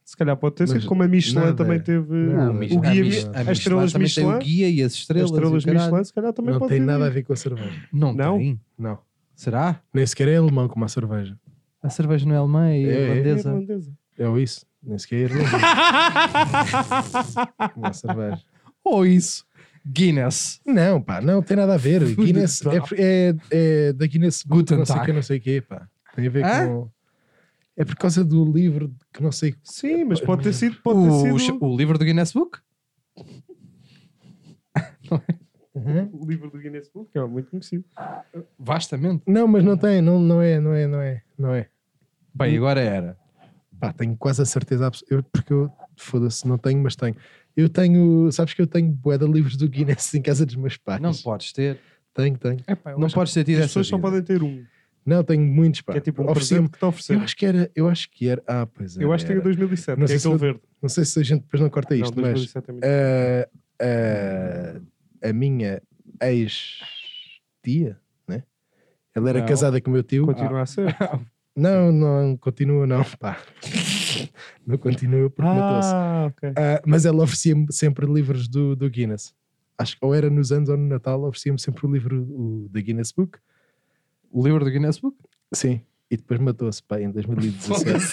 Speaker 1: Se calhar pode ter
Speaker 4: Mas
Speaker 1: sido, como a Michelin
Speaker 4: nada.
Speaker 1: também teve
Speaker 4: Não,
Speaker 1: o
Speaker 4: mas
Speaker 1: guia,
Speaker 4: a
Speaker 1: Mi-
Speaker 4: Mich-
Speaker 1: as estrelas
Speaker 3: também tem
Speaker 1: Michelin.
Speaker 3: o guia e
Speaker 1: As
Speaker 3: as
Speaker 1: estrelas
Speaker 3: estrelas. e o caralho.
Speaker 1: Michelin, se calhar também
Speaker 4: Não
Speaker 1: pode
Speaker 4: tem
Speaker 1: ter.
Speaker 4: nada a ver com a cerveja.
Speaker 3: Não,
Speaker 1: Não?
Speaker 3: tem.
Speaker 4: Não.
Speaker 3: Será?
Speaker 4: Nem sequer é alemão como a cerveja.
Speaker 3: A cerveja não é alemã e
Speaker 4: É, é, é
Speaker 3: é irlandesa.
Speaker 1: irlandesa.
Speaker 4: É o isso. Nem sequer é irlandês. Como a cerveja.
Speaker 3: Ou isso. Guinness.
Speaker 4: Não, pá, não tem nada a ver. Guinness é, é, é da Guinness Book,
Speaker 3: Guten
Speaker 4: não sei
Speaker 3: Tag. Ah?
Speaker 4: quê, não sei quê, pá. Tem a ver
Speaker 3: Hã?
Speaker 4: com. É por causa do livro que não sei.
Speaker 1: Sim, mas pode ter sido. Pode ter
Speaker 3: O,
Speaker 1: sido...
Speaker 3: o livro do Guinness Book?
Speaker 4: Uhum.
Speaker 1: o livro do Guinness Book, que é muito conhecido.
Speaker 3: Vastamente.
Speaker 4: Não, mas não tem, não, não é, não é, não é, não é.
Speaker 3: Bem, agora era.
Speaker 4: Pá, tenho quase a certeza abs- eu, porque eu, foda-se, não tenho, mas tenho. Eu tenho, sabes que eu tenho bué de livros do Guinness em casa dos meus pais.
Speaker 3: Não podes ter.
Speaker 4: Tenho, tenho.
Speaker 3: Não podes ter tido
Speaker 1: As
Speaker 3: essa
Speaker 1: pessoas só
Speaker 3: vida.
Speaker 1: podem ter um,
Speaker 4: Não, tenho muitos, pá.
Speaker 1: que é tipo um
Speaker 4: Ofereciam-me-
Speaker 1: presente que te
Speaker 4: Eu
Speaker 1: ofereceram.
Speaker 4: acho que era, eu acho que era, ah, pois era,
Speaker 1: Eu acho que tem
Speaker 4: era.
Speaker 1: a 2007,
Speaker 4: Não
Speaker 1: que é
Speaker 4: sei se
Speaker 1: aquele
Speaker 4: eu-
Speaker 1: verde.
Speaker 4: Não sei se a gente depois não corta
Speaker 1: Não,
Speaker 4: isto, mas
Speaker 1: 2007 é muito.
Speaker 4: ah, ah, a minha ex-tia, né? Ela era
Speaker 3: Não.
Speaker 4: casada com o meu tio.
Speaker 1: Ah,
Speaker 4: Ah,
Speaker 1: Continua a ser.
Speaker 4: Não, não, continua não, pá. não continua porque matou-se.
Speaker 1: Ah, ok.
Speaker 4: Ah, mas ela oferecia-me sempre livros do, do Guinness. Acho que ou era nos anos ou no Natal, oferecia-me sempre o livro o, da Guinness Book.
Speaker 3: O livro do Guinness Book?
Speaker 4: Sim. E depois matou-se, pá, em 2017.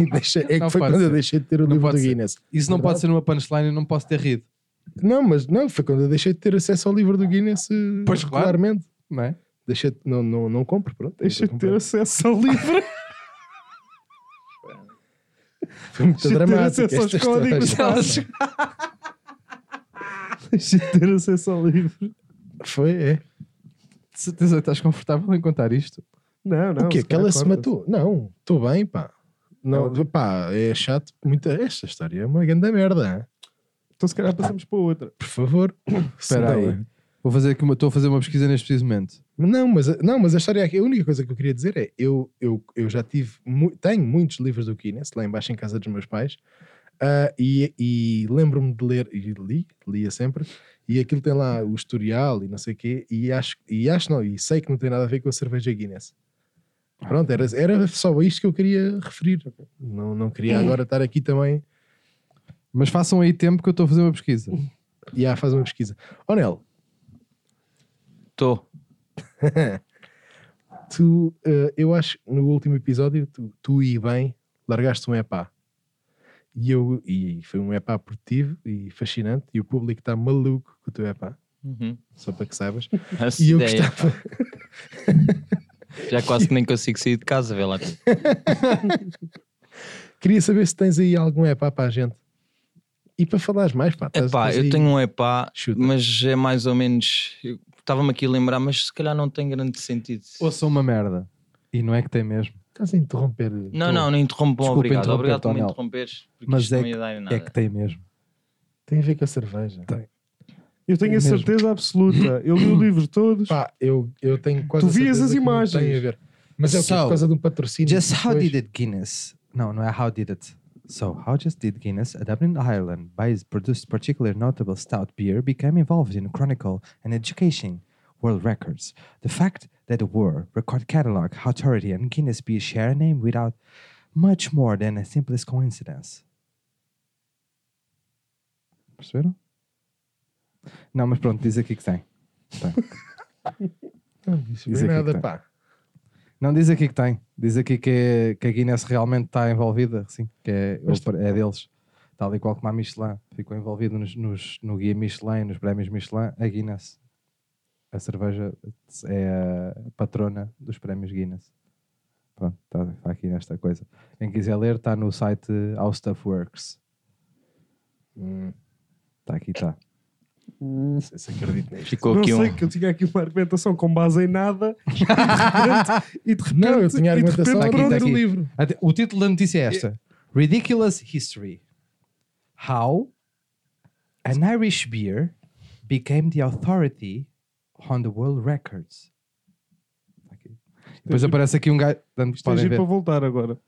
Speaker 4: e deixa, é
Speaker 3: Não
Speaker 4: que foi
Speaker 3: pode
Speaker 4: quando eu
Speaker 3: ser.
Speaker 4: deixei de ter o
Speaker 3: Não
Speaker 4: livro do
Speaker 3: pode ser.
Speaker 4: Guinness.
Speaker 3: Isso não
Speaker 4: Verdade.
Speaker 3: pode ser uma punchline, eu não posso ter rido.
Speaker 4: Não, mas não, foi quando eu deixei de ter acesso ao livro do Guinness eh,
Speaker 3: Pois, claro.
Speaker 4: regularmente.
Speaker 3: Não é?
Speaker 4: Deixei de- não, não, não compro, pronto.
Speaker 1: Deixa de
Speaker 4: nunca
Speaker 1: ter
Speaker 4: comprei.
Speaker 1: acesso ao livro.
Speaker 4: Foi muito
Speaker 1: deixa de ter
Speaker 4: dramático
Speaker 1: acesso aos
Speaker 4: esta história.
Speaker 1: códigos. Deixa de ter acesso ao livro.
Speaker 4: Foi, é.
Speaker 3: De certeza que estás confortável em contar isto.
Speaker 1: Não, não.
Speaker 4: o quê?
Speaker 1: se
Speaker 4: Que ela
Speaker 1: calhar
Speaker 4: se
Speaker 1: corta-se.
Speaker 4: matou? Não, estou bem, pá. Não, pá, é chato. Muita, esta história é uma grande merda. hein?
Speaker 1: Então se calhar passamos para outra.
Speaker 4: Por favor. é.
Speaker 3: Espera aí. Vou fazer aqui uma, estou a fazer uma pesquisa neste preciso momento.
Speaker 4: Não, mas, a- não, mas a história aqui, a única coisa que eu queria dizer é: eu, eu, eu já tive, mu- tenho muitos livros do Guinness lá embaixo em casa dos meus pais, ah, e, e lembro-me de ler, e li, lia sempre, e aquilo tem lá o historial e não sei o quê, e acho, e acho não, e sei que não tem nada a ver com a cerveja Guinness. Pronto, era, era só isto que eu queria referir. Não, não queria agora estar aqui também
Speaker 3: Mas façam aí tempo que eu estou a fazer uma pesquisa.
Speaker 4: e a fazer uma pesquisa. Onel,
Speaker 5: Estou.
Speaker 4: tu, eh, eu acho que no último episódio tu, tu e bem largaste um epá e eu e foi um epá produtivo e fascinante e o público está maluco com o teu epá
Speaker 5: Uhum.
Speaker 4: só para que saibas
Speaker 5: Essa
Speaker 4: e eu
Speaker 5: ideia.
Speaker 4: gostava
Speaker 5: Já quase que nem consigo sair de casa, vê lá.
Speaker 4: queria saber se tens aí algum epá para a gente e para falares mais pá, estás-
Speaker 5: Epá,
Speaker 4: estás
Speaker 5: eu
Speaker 4: aí-
Speaker 5: tenho um epá,
Speaker 4: Chuta.
Speaker 5: mas é mais ou menos. eu Estava-me aqui a lembrar, mas se calhar não tem grande sentido.
Speaker 3: Ouçam uma merda. E não é que tem mesmo.
Speaker 4: estás a interromper eh,
Speaker 5: Não,
Speaker 4: tu.
Speaker 5: não, não interrompam,
Speaker 3: Desculpa
Speaker 5: obrigado.
Speaker 3: interromper,
Speaker 5: Obrigado por me
Speaker 3: Tonel.
Speaker 5: interromperes, porque
Speaker 3: Mas
Speaker 5: isto
Speaker 3: é
Speaker 5: não ia dar em nada.
Speaker 3: É que tem mesmo.
Speaker 4: tem a ver com a cerveja
Speaker 1: Eu tenho a
Speaker 3: Mesmo.
Speaker 1: certeza absoluta. Eu li o livro todos.
Speaker 4: pá, eu, eu tenho quase
Speaker 1: Tu
Speaker 4: a
Speaker 1: vias
Speaker 4: certeza
Speaker 1: as
Speaker 4: que não
Speaker 1: imagens.
Speaker 4: tem a ver mas é o quê?
Speaker 3: So,
Speaker 4: por causa de um patrocínio
Speaker 3: Just how
Speaker 4: Pois.
Speaker 3: did it Guinness? Não, não é how did it. So, how just did Guinness, a Dublin, Ireland, by its produced particular notable stout beer, became involved in chronicle and education world records? The fact that the World Record Catalog, Authority, and Guinness Beer share a name without much more than a simplest coincidence. Perceberam? Não, mas pronto, diz aqui que tem.
Speaker 4: não disse
Speaker 3: Diz
Speaker 4: bem
Speaker 1: é
Speaker 3: aqui que
Speaker 4: nada
Speaker 3: tem.
Speaker 4: pá
Speaker 3: Não, diz aqui que tem. Diz aqui que, é- que a Guinness realmente está envolvida, sim, que é, é deles. Tal e qual como a Michelin. Ficou envolvido nos, nos- no guia Michelin, nos prémios Michelin, a Guinness. A cerveja é a patrona dos prémios Guinness. Pronto, está aqui nesta coisa. Quem quiser ler, está no site How Stuff Works.
Speaker 4: Hum,
Speaker 3: Está Tá aqui, está.
Speaker 4: não sei se acredito nisto
Speaker 5: Ficou
Speaker 1: não
Speaker 5: aqui
Speaker 1: sei
Speaker 5: um.
Speaker 1: que eu tinha aqui uma argumentação com base em nada e de repente, e de repente
Speaker 4: Não, eu tinha
Speaker 1: e de
Speaker 4: argumentação
Speaker 1: repente,
Speaker 3: aqui,
Speaker 1: pronto,
Speaker 3: tá
Speaker 1: era
Speaker 3: aqui.
Speaker 1: o livro.
Speaker 3: Até- o título da notícia é
Speaker 1: E
Speaker 3: esta: Ridiculous History. How an Irish beer became the authority on the world records. Aqui. Depois aparece aqui um gajo. portanto,
Speaker 1: Isto é
Speaker 3: Podem
Speaker 1: giro
Speaker 3: ver.
Speaker 1: para voltar agora.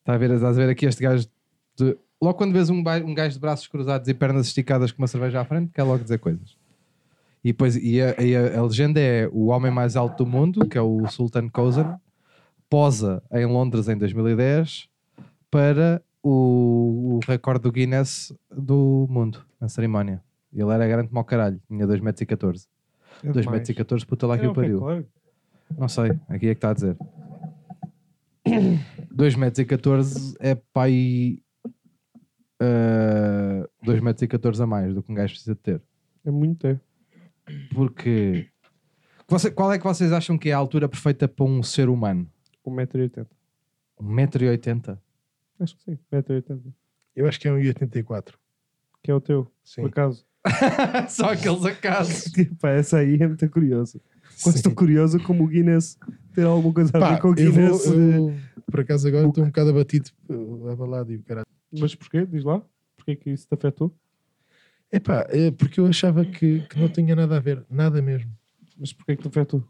Speaker 3: Está a ver, estás a ver aqui este gajo. de- Logo quando vês um, bai- um gajo de braços cruzados e pernas esticadas com uma cerveja à frente, quer logo dizer coisas. E depois e a, e a- a legenda é o homem mais alto do mundo, que é o Sultan Kozan, posa em Londres em 2010 para o, o recorde do Guinness do mundo, na cerimónia. Ele era grande como o caralho, tinha 2,14m.
Speaker 1: É demais.
Speaker 3: 2,14m, puta lá que
Speaker 1: Era
Speaker 3: o
Speaker 1: um
Speaker 3: pariu.
Speaker 1: recorde.
Speaker 3: Não sei, aqui é que está a dizer. 2 metros e 14 é pai. Uh, 2 metros e 14 a mais do que um gajo precisa de ter.
Speaker 1: É muito, é.
Speaker 3: Porque. Você- qual é que vocês acham que é a altura perfeita para um ser humano?
Speaker 1: 1,80m.
Speaker 3: 1,80m?
Speaker 1: Acho que sim, 1,80m.
Speaker 4: Eu acho que é um 84.
Speaker 1: Que é o teu,
Speaker 4: Sim.
Speaker 1: por acaso.
Speaker 3: Só aqueles acasos.
Speaker 1: Pá, essa aí é muito curiosa. Quase tão curiosa como o Guinness ter alguma coisa a ver
Speaker 4: Pá,
Speaker 1: com o
Speaker 4: eu vou,
Speaker 1: Guinness.
Speaker 4: eu vou- eh, por acaso agora estou um bocado abatido, eh, abalado e o caralho.
Speaker 1: Mas porquê? Diz lá. Porquê que isso te afetou?
Speaker 4: Epá, é porque eu achava que, que não tinha nada a ver, nada mesmo.
Speaker 1: Mas porquê que te afetou?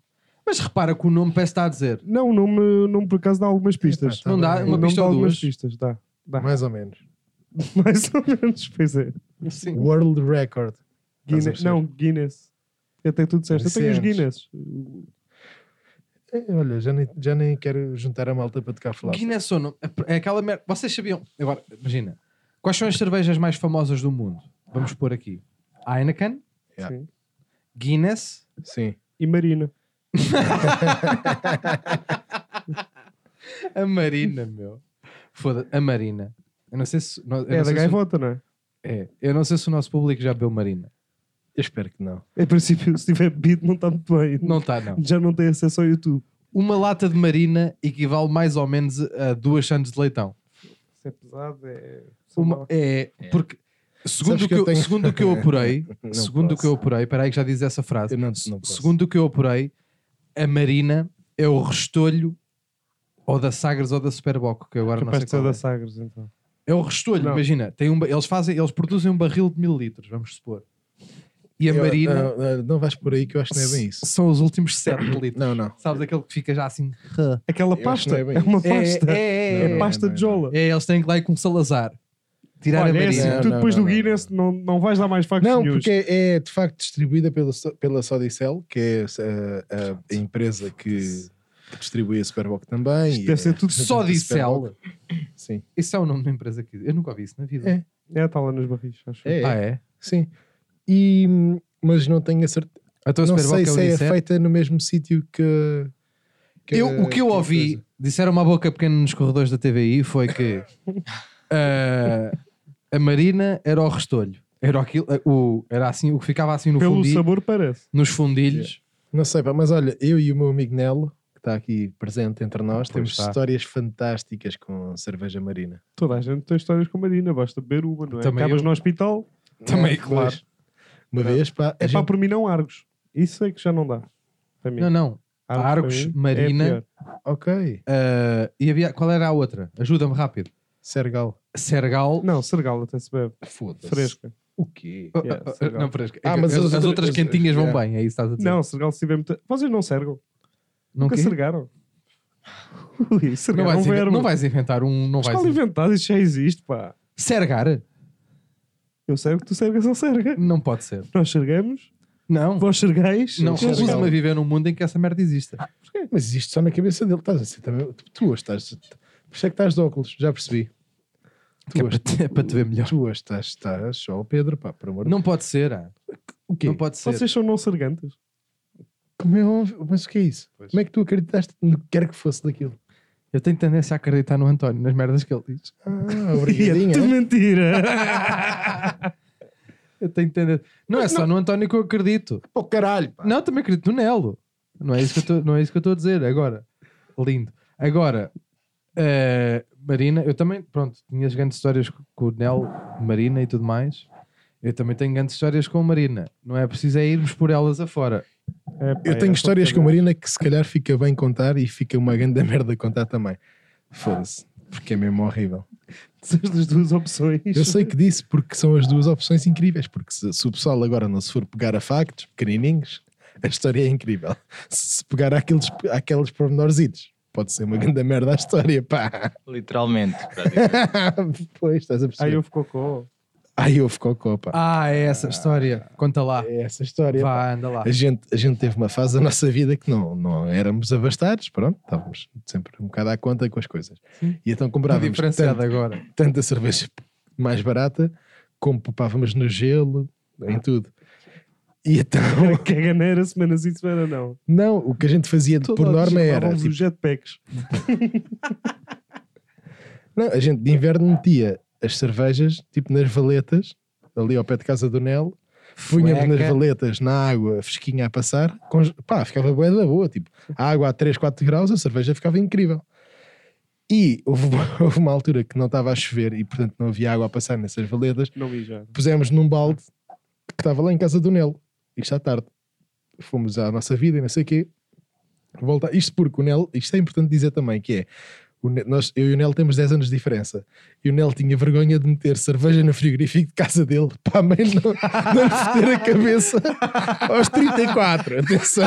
Speaker 3: Mas repara que o nome parece que está a dizer.
Speaker 1: Não, não me, não me por acaso dá algumas pistas.
Speaker 4: Epá, tá
Speaker 3: Não dá,
Speaker 4: bem,
Speaker 1: O
Speaker 3: uma
Speaker 1: nome
Speaker 3: pista
Speaker 1: dá
Speaker 3: ou
Speaker 1: algumas
Speaker 3: duas.
Speaker 1: pistas, dá. dá.
Speaker 4: Mais ou menos.
Speaker 1: Mais ou menos, pois é.
Speaker 3: Sim.
Speaker 4: World Record. Estás a
Speaker 1: Guinness,
Speaker 4: perceber?
Speaker 1: não, Guinness. É Até tu disseste, eu tenho os Guinness.
Speaker 4: É, Olha, já nem, já nem quero juntar a malta para tocar falar.
Speaker 3: Guinness ou não? É aquela merda. Vocês sabiam. Agora, imagina. Quais são as cervejas mais famosas do mundo? Vamos pôr aqui: Heineken,
Speaker 4: Yeah.
Speaker 1: Sim.
Speaker 3: Guinness.
Speaker 4: Sim.
Speaker 1: E Marina.
Speaker 3: A Marina, meu. Foda-se. A Marina. Eu não sei se. não- eu não
Speaker 1: É da
Speaker 3: sei se o-
Speaker 1: gaivota, não é?
Speaker 3: É. Eu não sei se o nosso público já bebeu Marina.
Speaker 4: Eu espero que não.
Speaker 1: Em princípio, se tiver bebido, não está muito bem.
Speaker 3: Não está, não.
Speaker 1: Já não tem acesso ao YouTube.
Speaker 3: Uma lata de Marina equivale mais ou menos a duas sandes de leitão.
Speaker 1: Se é pesado, é.
Speaker 3: Uma- é, porque. Segundo
Speaker 4: Sabes
Speaker 3: o
Speaker 4: que
Speaker 3: que,
Speaker 4: eu
Speaker 3: eu,
Speaker 4: tenho-
Speaker 3: segundo o que eu apurei,
Speaker 4: Não
Speaker 3: segundo o que eu
Speaker 4: posso.
Speaker 3: apurei, peraí que já diz essa frase.
Speaker 4: Eu não, não posso.
Speaker 3: Segundo o que eu apurei, a Marina é o restolho ou da Sagres ou da Superboc, que eu agora não
Speaker 1: Capaz
Speaker 3: sei
Speaker 1: de ser
Speaker 3: qual
Speaker 1: da
Speaker 3: é.
Speaker 1: Sagres, então.
Speaker 3: É o restolho,
Speaker 1: Não.
Speaker 3: imagina. Tem um, ba- eles, fazem, eles produzem um barril de mil litros, vamos supor. E a
Speaker 4: Eu-
Speaker 3: Marina
Speaker 4: não, não, não vais por aí que eu acho que não é bem isso.
Speaker 3: são os últimos sete litros.
Speaker 4: Não, não.
Speaker 3: Sabes, aquele que fica já assim...
Speaker 1: Aquela
Speaker 4: Eu acho que
Speaker 1: pasta
Speaker 4: não
Speaker 1: é,
Speaker 4: é bem
Speaker 1: uma
Speaker 4: isso.
Speaker 1: pasta.
Speaker 3: É,
Speaker 1: É,
Speaker 3: é, é,
Speaker 4: não, não.
Speaker 1: pasta de jola.
Speaker 3: É, eles têm que lá ir com Salazar. Tirar a
Speaker 1: Olha, é
Speaker 3: Marina.
Speaker 1: assim,
Speaker 4: Não,
Speaker 1: tu
Speaker 4: não,
Speaker 1: depois
Speaker 4: não,
Speaker 1: do
Speaker 4: não,
Speaker 1: Guinness não, não, vais dar mais factos
Speaker 4: Não,
Speaker 1: news.
Speaker 4: porque é de facto distribuída pela, So- pela Sodicel, que é uh, a, a empresa que, que distribui a Superboc também.
Speaker 1: Isto
Speaker 4: e
Speaker 1: deve
Speaker 4: é
Speaker 1: ser tudo.
Speaker 3: Só disse ela.
Speaker 4: Sim.
Speaker 3: Isso é o nome da empresa que... Eu nunca ouvi isso na vida.
Speaker 4: É.
Speaker 1: É, está lá nos barris, acho.
Speaker 4: É,
Speaker 3: Ah,
Speaker 4: é.
Speaker 3: é?
Speaker 4: Sim. E, mas não tenho a certeza.
Speaker 3: Então a
Speaker 4: não
Speaker 3: Superboc
Speaker 4: sei
Speaker 3: é o
Speaker 4: se é
Speaker 3: Unicef?
Speaker 4: feita no mesmo sítio que. que
Speaker 3: Eu, o que eu
Speaker 4: a
Speaker 3: ouvi,
Speaker 4: coisa.
Speaker 3: disseram uma boca pequena nos corredores da TVI, foi que ah, a Marina era o restolho. Era, aquilo, ah, o, era assim, o que ficava assim no
Speaker 1: Pelo
Speaker 3: fundi-
Speaker 1: sabor, parece.
Speaker 3: nos fundilhos.
Speaker 4: Não sei, pá, mas olha, eu e o meu amigo Nelo, que está aqui presente entre nós,
Speaker 3: Ah, Pois
Speaker 4: temos
Speaker 3: está.
Speaker 4: histórias fantásticas com cerveja marina.
Speaker 1: Toda a gente tem histórias com Marina, basta beber uma, não é?
Speaker 3: Também
Speaker 1: Acabas
Speaker 3: eu.
Speaker 1: no hospital,
Speaker 3: Também,
Speaker 4: Pois.
Speaker 3: claro.
Speaker 4: Uma vez, pá, a
Speaker 1: é pá,
Speaker 4: gente-
Speaker 1: por mim não Argos. Isso é que já não dá. Para mim.
Speaker 3: Não, não. Argos,
Speaker 1: para mim,
Speaker 3: Marina.
Speaker 1: é pior.
Speaker 4: ok,
Speaker 3: Ah, e havia, qual era a outra? Ajuda-me rápido.
Speaker 4: Sergal.
Speaker 3: Sergal.
Speaker 1: Não, Sergal até se bebe.
Speaker 4: Foda-se.
Speaker 1: Fresca.
Speaker 4: O quê?
Speaker 3: Ah,
Speaker 1: yeah,
Speaker 3: ah, ah,
Speaker 1: Sergal.
Speaker 3: não, fresca.
Speaker 4: Ah,
Speaker 3: É que
Speaker 4: mas
Speaker 3: as,
Speaker 4: as
Speaker 3: as
Speaker 4: outras-
Speaker 3: outras
Speaker 4: as-
Speaker 3: quentinhas vão
Speaker 4: yeah.
Speaker 3: bem, é isso que estás a dizer.
Speaker 1: Não, Sergal se tiver muita. Vocês não sergam.
Speaker 3: não,
Speaker 1: Nunca
Speaker 3: quê?
Speaker 1: sergaram. Ui,
Speaker 3: não,
Speaker 1: sergar é um é
Speaker 3: vais, inven-
Speaker 1: verbo.
Speaker 3: não vais inventar um. Não
Speaker 1: Está
Speaker 3: vais inventar.
Speaker 1: inventado, isso já existe, pá.
Speaker 3: Sergar?
Speaker 1: Eu sergo, tu sergas ou serga.
Speaker 3: Não pode ser.
Speaker 1: Nós sergamos,
Speaker 3: Não.
Speaker 1: vós sergais.
Speaker 3: Não,
Speaker 1: eles sergam.
Speaker 3: recuso-me a viver num mundo em que essa merda exista.
Speaker 4: Mas existe só na cabeça dele. Estás assim também. Tu, tu hoje estás. Por isso é que estás de óculos, já percebi.
Speaker 3: Que é
Speaker 4: Tu hoje,
Speaker 3: para te- é para te ver melhor.
Speaker 4: tu hoje estás, estás só o Pedro, pá, por amor de
Speaker 3: Não pode ser. ah.
Speaker 4: O quê?
Speaker 3: Não pode ser.
Speaker 1: Vocês são não sergantes.
Speaker 4: Como é óbvio? Mas o que é isso? Como é que tu acreditaste no que quer que fosse daquilo?
Speaker 3: Eu tenho tendência a acreditar no António, nas merdas que ele diz.
Speaker 4: Ah,
Speaker 1: E é
Speaker 4: obrigadinho.
Speaker 1: tudo
Speaker 4: é?
Speaker 1: mentira.
Speaker 3: Eu tenho tendência. Não é só no António que eu acredito.
Speaker 4: Pô, caralho, pá.
Speaker 3: Não, eu também acredito no Nelo. Não é isso que eu estou- não é isso que eu estou a dizer. Agora, lindo. Agora, eh, Marina, eu também, pronto, tinhas grandes histórias co- com o Nelo, Marina e tudo mais. Eu também tenho grandes histórias com a Marina. Não é preciso é irmos por elas afora.
Speaker 1: É, pá,
Speaker 4: Eu
Speaker 1: é,
Speaker 4: tenho
Speaker 1: pá,
Speaker 4: histórias
Speaker 1: tá
Speaker 4: com a
Speaker 1: bem.
Speaker 4: Marina que se calhar fica bem contar e fica uma grande merda contar também. Foda-se. Porque é mesmo horrível.
Speaker 1: Disseste as duas opções.
Speaker 4: Eu sei que disse porque são as duas opções incríveis. Porque se, se o pessoal agora não se for pegar a factos pequenininhos, a história é incrível. Se se pegar àqueles, àqueles pormenorzitos, pode ser uma grande merda a história, pá.
Speaker 5: Literalmente. para dizer.
Speaker 4: pois, estás a
Speaker 1: Aí
Speaker 4: perceber.
Speaker 1: eu fico com.
Speaker 4: Aí houve cocó, pá.
Speaker 3: Ah, é essa história. Conta lá.
Speaker 4: É essa história. pá.
Speaker 3: Ah, Vá, anda lá.
Speaker 4: A gente, a gente teve uma fase da nossa vida que não, não éramos abastados, pronto, estávamos sempre um bocado à conta com as coisas. E então comprávamos
Speaker 3: Tá diferenciado
Speaker 4: tanto,
Speaker 3: agora.
Speaker 4: tanta cerveja mais barata, como poupávamos no gelo, em tudo. E então,
Speaker 1: "Oh, Que é ganeira, semana sim, semana não.
Speaker 4: não, o que a gente fazia por norma era,
Speaker 1: Os
Speaker 4: tipo,
Speaker 1: jetpacks.
Speaker 4: não, a gente de inverno metia as cervejas, tipo, nas valetas, ali ao pé de casa do Nel, punha nas
Speaker 3: Cueca.
Speaker 4: valetas, na água, fresquinha a passar, conge- pá, ficava bué da boa, tipo, a água a 3, 4 graus, a cerveja ficava incrível. E houve uma, houve uma altura que não estava a chover e, portanto, não havia água a passar nessas valetas,
Speaker 1: Não vi já.
Speaker 4: pusemos num balde que estava lá em casa do Nelo. Isto à tarde. Fomos à nossa vida e não sei o quê. Volta. Isto porque o Nelo, isto é importante dizer também, que é, o Ne- nós, eu e o Nelo temos 10 anos de diferença. E o Nelo tinha vergonha de meter cerveja no frigorífico de casa dele para a mãe não, não lhe foder a cabeça aos 34. Atenção!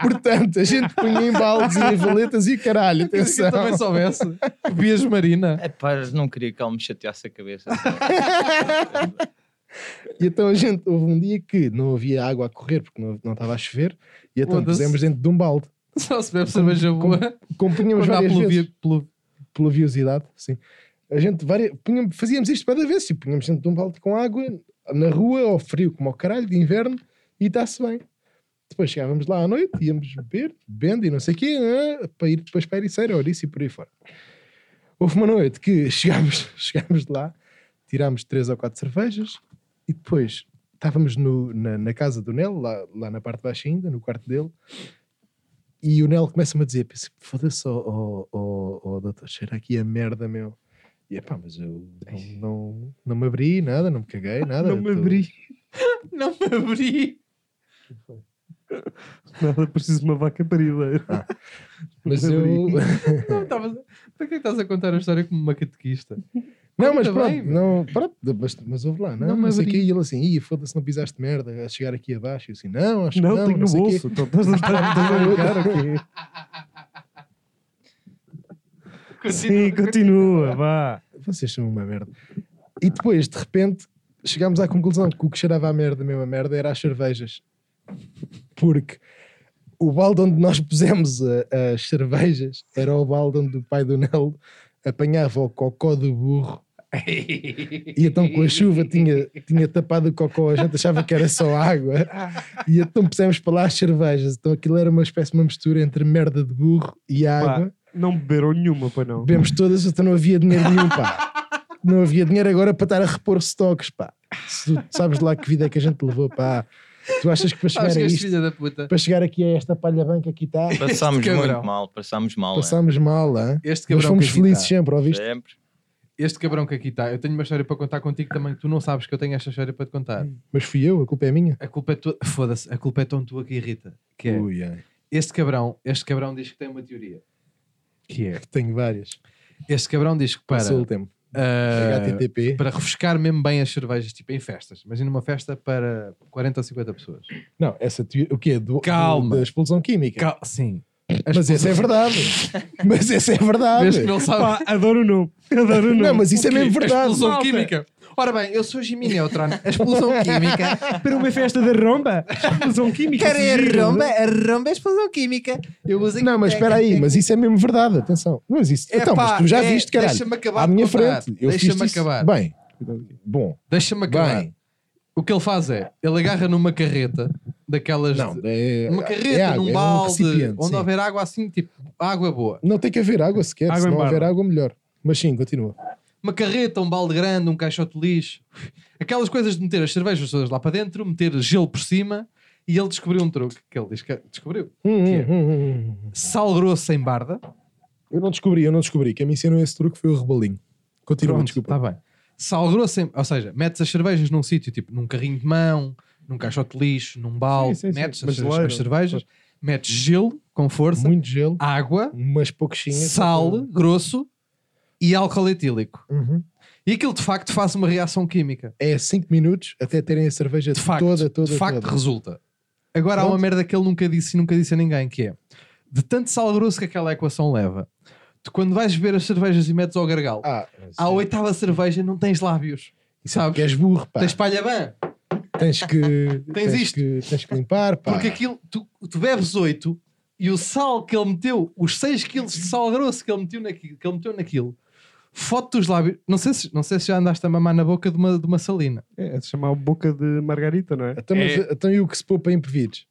Speaker 4: Portanto, a gente punha em baldes e em valetas e caralho,
Speaker 3: Quer dizer que
Speaker 4: atenção!
Speaker 3: eu também soubesse. Bebias Marina.
Speaker 5: É pá, não queria que ele me chateasse a cabeça.
Speaker 4: E então a gente, houve um dia que não havia água a correr porque não, não estava a chover, e então
Speaker 3: Foda-se.
Speaker 4: pusemos dentro de um balde.
Speaker 3: Só se bebe cerveja boa.
Speaker 4: Compunhamos
Speaker 3: Quando há
Speaker 4: várias vezes.
Speaker 3: pluvia, plu-
Speaker 4: Pluviosidade, sim. A gente várias, punha- fazíamos isto para vez, e punhamos dentro de um balde com água, na rua, ao frio como ao caralho, de inverno, e está-se bem. Depois chegávamos lá à noite, íamos beber, bebendo e não sei o quê, né, para ir depois para a Ericeira, Ouriço e por aí fora. Houve uma noite que chegámos, chegámos de lá, tirámos três ou quatro cervejas e depois estávamos no- na, na casa do Nel, lá, lá na parte de baixo ainda, no quarto dele, e o Nel começa-me a dizer, "Pá, foda-se, ó oh, doutor, cheira aqui a merda, meu. E pá, mas eu não, não, não me abri nada, não me caguei, nada.
Speaker 1: Não me
Speaker 4: eu tô-
Speaker 1: abri.
Speaker 3: Não me abri.
Speaker 1: Nada, preciso de uma vaca parida.
Speaker 4: Mas
Speaker 1: Não me
Speaker 4: eu...
Speaker 3: Não, estavas- Para que é que estás a contar a história como uma catequista?
Speaker 4: Não, mas
Speaker 3: Tá
Speaker 4: pronto,
Speaker 3: bem.
Speaker 4: não, pronto, mas, mas ouve lá, não,
Speaker 3: Não
Speaker 4: não,
Speaker 3: me
Speaker 4: sei o
Speaker 3: abri.
Speaker 4: quê, e ele assim, ih, foda-se, não pisaste merda a chegar aqui abaixo, e eu assim, não, acho
Speaker 1: Não,
Speaker 4: que não,
Speaker 1: tenho
Speaker 4: não
Speaker 1: no
Speaker 4: sei o quê.
Speaker 1: bolso. Então, estás a estás a brincar aqui. Sim, continua, vá.
Speaker 4: Vocês são uma merda. E depois, de repente, chegámos à conclusão que o que cheirava a merda, mesmo a merda, era as cervejas. Porque o balde onde nós pusemos a- as cervejas era o balde onde o pai do Nelo apanhava o cocó do burro. E então com a chuva tinha, tinha tapado o cocó, a gente achava que era só água. E então pusemos para lá as cervejas. Então aquilo era uma espécie de uma mistura entre merda de burro e água.
Speaker 1: Não beberam nenhuma, pois não.
Speaker 4: Bebemos todas, então não havia dinheiro nenhum, pá. Não havia dinheiro agora para estar a repor stocks, pá. Se tu sabes lá que vida é que a gente levou, pá. Tu achas que para chegar
Speaker 3: Sabes
Speaker 4: a
Speaker 3: que és
Speaker 4: isto,
Speaker 3: filha da puta.
Speaker 4: para chegar aqui a esta palha banca aqui está,
Speaker 5: Passámos
Speaker 3: cabrão.
Speaker 5: muito mal, passámos mal. é.
Speaker 4: passámos mal, hã?
Speaker 3: Este
Speaker 4: Mas
Speaker 3: cabrão
Speaker 4: fomos
Speaker 3: que aqui
Speaker 4: felizes
Speaker 3: tá.
Speaker 4: sempre, ouviste?
Speaker 5: Sempre.
Speaker 3: Este cabrão que aqui está. Eu tenho uma história para contar contigo também que tu não sabes que eu tenho esta história para te contar.
Speaker 4: Mas fui eu, a culpa é minha.
Speaker 3: A culpa é tua. Foda-se. A culpa é tão tua que irrita. Que é,
Speaker 4: Ui, ai,
Speaker 3: este cabrão, este cabrão diz que tem uma teoria. Que é,
Speaker 4: tenho várias.
Speaker 3: este cabrão diz que para,
Speaker 4: Passou o tempo.
Speaker 3: ah,
Speaker 4: HTTP.
Speaker 3: para refrescar mesmo bem as cervejas, tipo em festas. Imagina uma festa para 40 ou 50 pessoas.
Speaker 4: Não, essa teoria, o quê? Do,
Speaker 3: Calma.
Speaker 4: do- da expulsão química.
Speaker 3: Cal- Sim. As
Speaker 4: Mas essa é verdade. mas essa é verdade.
Speaker 3: Vês que não sabe.
Speaker 1: Pá, adoro o nome. Adoro o nome.
Speaker 4: Não, mas isso é mesmo
Speaker 3: A
Speaker 4: verdade.
Speaker 3: explosão
Speaker 1: malta.
Speaker 3: química. Ora bem, eu sou Jimmy Neutron. A explosão química.
Speaker 1: Para uma festa da romba. Explosão química. giro.
Speaker 3: a romba é a explosão química. Eu uso
Speaker 4: Não, mas espera aí, mas isso é mesmo verdade, atenção. Mas isso,
Speaker 3: É
Speaker 4: então,
Speaker 3: pá,
Speaker 4: mas tu já
Speaker 3: é,
Speaker 4: viste, caralho,
Speaker 3: deixa-me acabar
Speaker 4: à
Speaker 3: de
Speaker 4: minha
Speaker 3: contar.
Speaker 4: frente. Eu
Speaker 3: Deixa-me
Speaker 4: fiz
Speaker 3: acabar.
Speaker 4: isso. Bem, bom,
Speaker 3: Deixa-me acabar.
Speaker 4: bem.
Speaker 3: O que ele faz é, ele agarra numa carreta daquelas...
Speaker 4: Não,
Speaker 3: de-
Speaker 4: é,
Speaker 3: uma carreta,
Speaker 4: é água,
Speaker 3: num
Speaker 4: é um
Speaker 3: balde,
Speaker 4: recipiente,
Speaker 3: onde
Speaker 4: sim.
Speaker 3: houver água assim, tipo, água boa.
Speaker 4: Não tem que haver água sequer,
Speaker 1: Água
Speaker 4: se
Speaker 1: em
Speaker 4: não
Speaker 1: barra.
Speaker 4: houver água, melhor. Mas sim, continua.
Speaker 3: Uma carreta, um balde grande, um caixote de lixo. Aquelas coisas de meter as cervejas todas lá para dentro, meter gelo por cima. E ele descobriu um truque, que ele diz que descobriu.
Speaker 4: Hum,
Speaker 3: Que é?
Speaker 4: hum, hum, hum, hum.
Speaker 3: Sal grosso em barda.
Speaker 4: Eu não descobri, eu não descobri. Quem me ensinou esse truque foi o Rebolinho. Continua,
Speaker 3: Pronto, tá
Speaker 4: desculpa.
Speaker 3: Está bem. Sal grosso, em- ou seja, metes as cervejas num sítio, tipo num carrinho de mão, num caixote de lixo, num balde,
Speaker 1: Sim, sim, sim.
Speaker 3: metes as- As,
Speaker 1: Brasileiro.
Speaker 3: cervejas, metes gelo com força,
Speaker 4: Muito gelo,
Speaker 3: água,
Speaker 4: umas pouquinhas.
Speaker 3: sal grosso e álcool etílico.
Speaker 4: Uhum.
Speaker 3: E aquilo de facto faz uma reação química.
Speaker 4: É 5 minutos até terem a cerveja
Speaker 3: De facto,
Speaker 4: toda, toda,
Speaker 3: de facto
Speaker 4: toda.
Speaker 3: resulta. Agora há uma
Speaker 4: Pronto.
Speaker 3: merda que ele nunca disse e nunca disse a ninguém, que é de tanto sal grosso que aquela equação leva, tu quando vais beber as cervejas e metes ao gargalo,
Speaker 4: Ah,
Speaker 3: à
Speaker 4: sim. é
Speaker 3: oitava cerveja não tens lábios. Sabes?
Speaker 4: Que és burro, pá.
Speaker 3: Tens palhaban.
Speaker 4: Tens que.
Speaker 3: Tens isto.
Speaker 4: Que, tens que limpar, pá.
Speaker 3: Porque aquilo, tu, tu bebes 8 e o sal que ele meteu, os 6 quilos de sal grosso que ele meteu naquilo, que ele meteu naquilo fode-te os lábios. Não sei, se, não sei se já andaste a mamar na boca de uma, de uma salina.
Speaker 1: É, é de chamar boca de Margarita, não é?
Speaker 4: Então, mas, então e o que se poupa em pevides?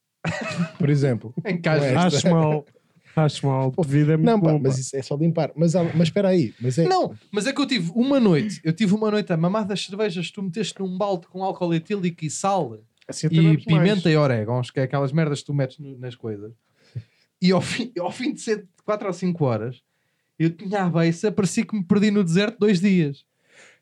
Speaker 4: Por exemplo.
Speaker 3: Em casa.
Speaker 4: Ué. Esta-
Speaker 1: Acho mal. Acho mal.
Speaker 4: Pô,
Speaker 1: Devido é muito
Speaker 4: Não, pá,
Speaker 1: bom,
Speaker 4: mas
Speaker 1: pá.
Speaker 4: isso é só limpar. Mas, há- mas espera aí. Mas é,
Speaker 3: Não, mas é que eu tive uma noite, eu tive uma noite a mamar das cervejas que tu meteste num balde com álcool etílico e sal
Speaker 1: Assim até
Speaker 3: e
Speaker 1: vamos mais.
Speaker 3: pimenta e orégãos, que é aquelas merdas que tu metes no- nas coisas. E ao fim, ao fim de 4 ou 5 horas, eu tinha a beça, parecia que me perdi no deserto dois dias.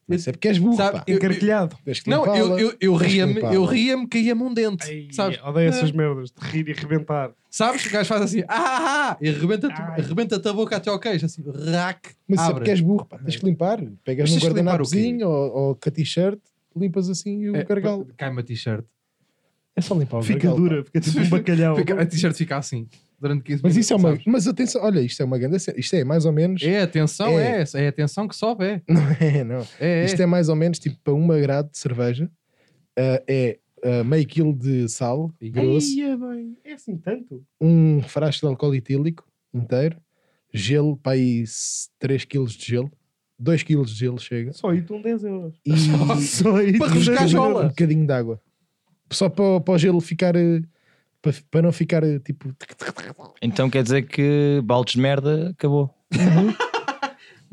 Speaker 8: Mas é porque és burro,
Speaker 3: Sabe,
Speaker 8: pá.
Speaker 3: eu-
Speaker 4: Encarquilhado.
Speaker 8: Tens que
Speaker 3: Não, eu,
Speaker 8: limpá-la.
Speaker 3: eu, eu
Speaker 8: Tens que
Speaker 3: ria-me,
Speaker 8: limpá-la.
Speaker 3: eu ria-me, caía-me um dente. sabes?
Speaker 1: é, Odeio essas merdas de rir e rebentar.
Speaker 3: Sabes? O gajo faz assim, ah, ah, ah, e rebenta-te
Speaker 1: Ai.
Speaker 3: rebenta a boca até ao queijo, assim, rac,
Speaker 4: Mas é
Speaker 3: abre.
Speaker 4: porque és burro, pá. Tens que limpar.
Speaker 3: Mas
Speaker 4: Pegas
Speaker 3: tens
Speaker 4: num
Speaker 3: que limpar
Speaker 4: guardanapozinho ou, ou com a t-shirt, limpas assim e o
Speaker 3: É,
Speaker 4: gargalo.
Speaker 3: Cai-me a t-shirt.
Speaker 4: É só limpar o
Speaker 1: Fica
Speaker 4: gargalo, pá.
Speaker 1: dura, fica tipo um bacalhau.
Speaker 3: Fica- a t-shirt fica assim, durante 15
Speaker 4: Mas isso é uma.
Speaker 3: minutos,
Speaker 4: Mas atenção, olha, isto é uma grande. cena. Isto é mais ou menos.
Speaker 3: sabes? É atenção,
Speaker 4: É.
Speaker 3: é, é, atenção que sobe, é.
Speaker 4: Não é, não.
Speaker 3: é, é.
Speaker 4: Isto é mais ou menos tipo para uma grade de cerveja. ah, é ah, meio quilo de sal
Speaker 3: E-
Speaker 4: grosso,
Speaker 1: Ai, é bem. É assim tanto.
Speaker 4: um frasco de álcool etílico inteiro, gelo, para aí 3 quilos de gelo, 2 quilos de gelo chega.
Speaker 1: Só aí estão 10 euros.
Speaker 4: E
Speaker 1: Só aí.
Speaker 3: Para refrescar a
Speaker 4: um
Speaker 3: jola.
Speaker 4: bocadinho de água. Só para, para o gelo ficar. eh, Para, para não ficar eh, tipo.
Speaker 5: Então quer dizer que baldes de merda acabou.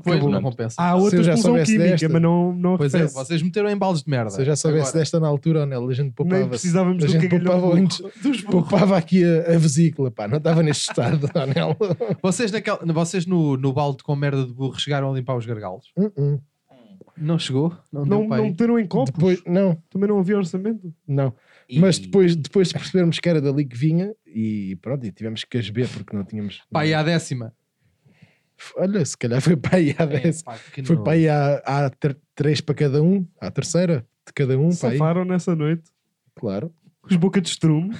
Speaker 3: Pois,
Speaker 5: Acabou.
Speaker 3: não compensa.
Speaker 1: Há
Speaker 4: Se
Speaker 1: outra
Speaker 4: eu já
Speaker 1: explosão
Speaker 4: soubesse
Speaker 1: química,
Speaker 4: desta-
Speaker 1: mas não, não
Speaker 3: Pois é,
Speaker 1: acontece.
Speaker 3: vocês meteram em baldes de merda.
Speaker 4: Se eu já soubesse
Speaker 3: Agora,
Speaker 4: desta na altura, Anel, a gente
Speaker 1: Nem
Speaker 4: poupava.
Speaker 1: precisávamos
Speaker 4: a
Speaker 1: do
Speaker 4: gente
Speaker 1: cagalhão
Speaker 4: poupava,
Speaker 1: do-
Speaker 4: antes, poupava aqui a, a vesícula, pá, não estava neste estado, Anel.
Speaker 3: Vocês, naquela, vocês no, no balde com merda de burro chegaram a limpar os gargalos?
Speaker 4: Hum, hum.
Speaker 3: Não chegou? Não,
Speaker 1: Não,
Speaker 3: deu para
Speaker 1: não
Speaker 3: aí?
Speaker 1: meteram em copo.
Speaker 4: Depois, não,
Speaker 1: Também não havia orçamento.
Speaker 4: não. Mas depois, depois de percebermos que era dali que vinha, e pronto, e tivemos que as ver porque não tínhamos.
Speaker 3: Pá, e à décima.
Speaker 4: Olha, se calhar foi para aí à
Speaker 3: É,
Speaker 4: décima.
Speaker 3: pá, que
Speaker 4: Foi
Speaker 3: nojo.
Speaker 4: para aí à, à ter- três para cada um, à terceira de cada um, para aí,
Speaker 1: Safaram nessa noite.
Speaker 4: claro.
Speaker 1: Os Boca de Estrume.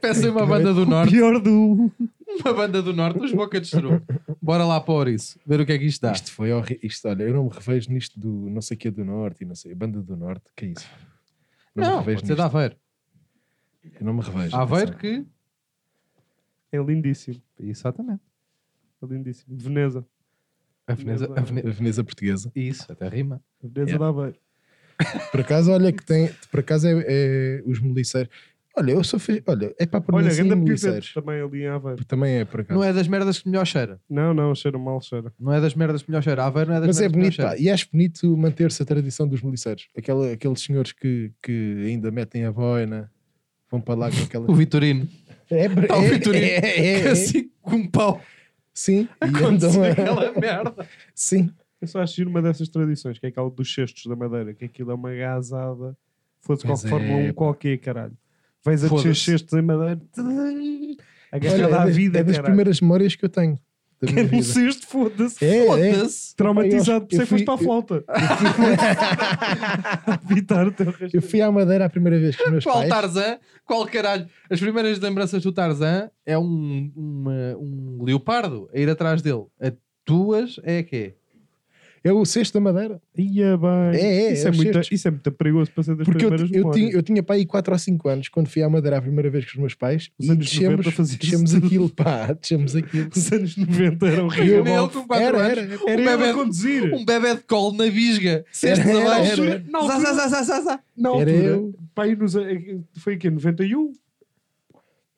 Speaker 3: Peço uma banda do norte,
Speaker 1: Pior do...
Speaker 3: uma banda do norte, os boca de estrume. Bora lá para isso, ver o que é que isto dá.
Speaker 4: Isto foi horrível. Isto, olha, eu não me revejo nisto do não sei o que do Norte e não sei, Banda do Norte, que é isso?
Speaker 3: não,
Speaker 4: revejo
Speaker 3: você dá a ver.
Speaker 4: Eu não me revejo.
Speaker 3: A ver
Speaker 4: atenção.
Speaker 3: que.
Speaker 1: É lindíssimo.
Speaker 3: Exatamente.
Speaker 1: É lindíssimo. Veneza.
Speaker 3: A Veneza, a Vene-
Speaker 4: A Veneza Portuguesa.
Speaker 3: Isso, até rima.
Speaker 1: Veneza
Speaker 4: Yeah.
Speaker 1: dá bem.
Speaker 4: Por acaso, olha que tem. Por acaso é, é os miliceiros. Olha, eu sou. Fe... Olha, é para por mim
Speaker 1: Olha,
Speaker 4: assim,
Speaker 1: grande
Speaker 4: miliceiros.
Speaker 1: pivete também ali em Aveiro.
Speaker 4: Também é, por acaso.
Speaker 3: Não é das merdas que melhor cheira.
Speaker 1: Não, não, cheira mal, cheira.
Speaker 3: Não é das merdas que melhor cheira. A ver não é das
Speaker 4: Mas é
Speaker 3: merdas que
Speaker 4: bonito,
Speaker 3: melhor
Speaker 4: pá.
Speaker 3: cheira.
Speaker 4: E acho bonito manter-se a tradição dos miliceiros. Aquela, aqueles senhores que, que ainda metem a boina, vão para lá com aquela.
Speaker 3: O Vitorino.
Speaker 4: É, br-
Speaker 3: Tá o
Speaker 4: é-
Speaker 3: Vitorino.
Speaker 4: é- é- Então é-
Speaker 3: Assim com um pau.
Speaker 4: Sim, e andam
Speaker 3: Aconteceu
Speaker 4: a...
Speaker 3: aquela merda.
Speaker 4: Sim,
Speaker 1: Eu só acho giro uma dessas tradições, que é aquela dos cestos da madeira, que aquilo é uma gazada. Foda-se
Speaker 4: Pois
Speaker 1: qualquer Fórmula
Speaker 4: é,
Speaker 1: 1 qualquer, caralho. Vais a descer
Speaker 3: Foda-se.
Speaker 1: cestos em madeira.
Speaker 4: Olha,
Speaker 1: Agarrada à
Speaker 4: é, da-
Speaker 1: vida,
Speaker 4: é das
Speaker 1: caralho.
Speaker 4: primeiras memórias que eu tenho. Da minha
Speaker 1: É um
Speaker 4: vida.
Speaker 1: cesto, foda-se.
Speaker 4: É, é.
Speaker 3: Foda-se.
Speaker 1: Traumatizado,
Speaker 4: Eu
Speaker 1: por isso é que foste
Speaker 4: fui-
Speaker 1: para a flauta. Evitar o teu resto.
Speaker 4: Eu fui à Madeira a primeira vez com os meus
Speaker 3: Qual
Speaker 4: pais.
Speaker 3: Tarzan? Qual caralho? As primeiras lembranças do Tarzan é um, uma- um leopardo a ir atrás dele. A tuas é que
Speaker 4: É o sexto da Madeira.
Speaker 1: Ia bem.
Speaker 4: É, é,
Speaker 1: isso,
Speaker 4: é
Speaker 1: é
Speaker 4: os
Speaker 1: muito,
Speaker 4: cestos.
Speaker 1: isso é muito perigoso para ser das
Speaker 4: Porque eu,
Speaker 1: primeiras
Speaker 4: eu,
Speaker 1: memórias.
Speaker 4: tinha, eu tinha para aí 4 ou 5 anos quando fui à Madeira a primeira vez com os meus pais
Speaker 1: Os
Speaker 4: e
Speaker 1: anos 90
Speaker 4: descemos,
Speaker 1: fazia isso
Speaker 4: descemos
Speaker 1: tudo.
Speaker 4: aquilo, pá, descemos aquilo.
Speaker 1: Os anos 90 eram
Speaker 3: Eu,
Speaker 1: rio.
Speaker 3: eu com 4
Speaker 4: Era,
Speaker 3: anos.
Speaker 4: era.
Speaker 1: Era
Speaker 3: um
Speaker 1: ele
Speaker 3: bebé-
Speaker 1: a conduzir.
Speaker 3: Um bebê de colo na visga. Cestos
Speaker 4: Era, era,
Speaker 3: abaixo.
Speaker 4: era.
Speaker 1: Na altura-
Speaker 3: Zá, zá, zá, zá, zá.
Speaker 1: Na
Speaker 4: Era
Speaker 1: altura,
Speaker 4: eu.
Speaker 1: pá, aí nos, foi o quê? 91?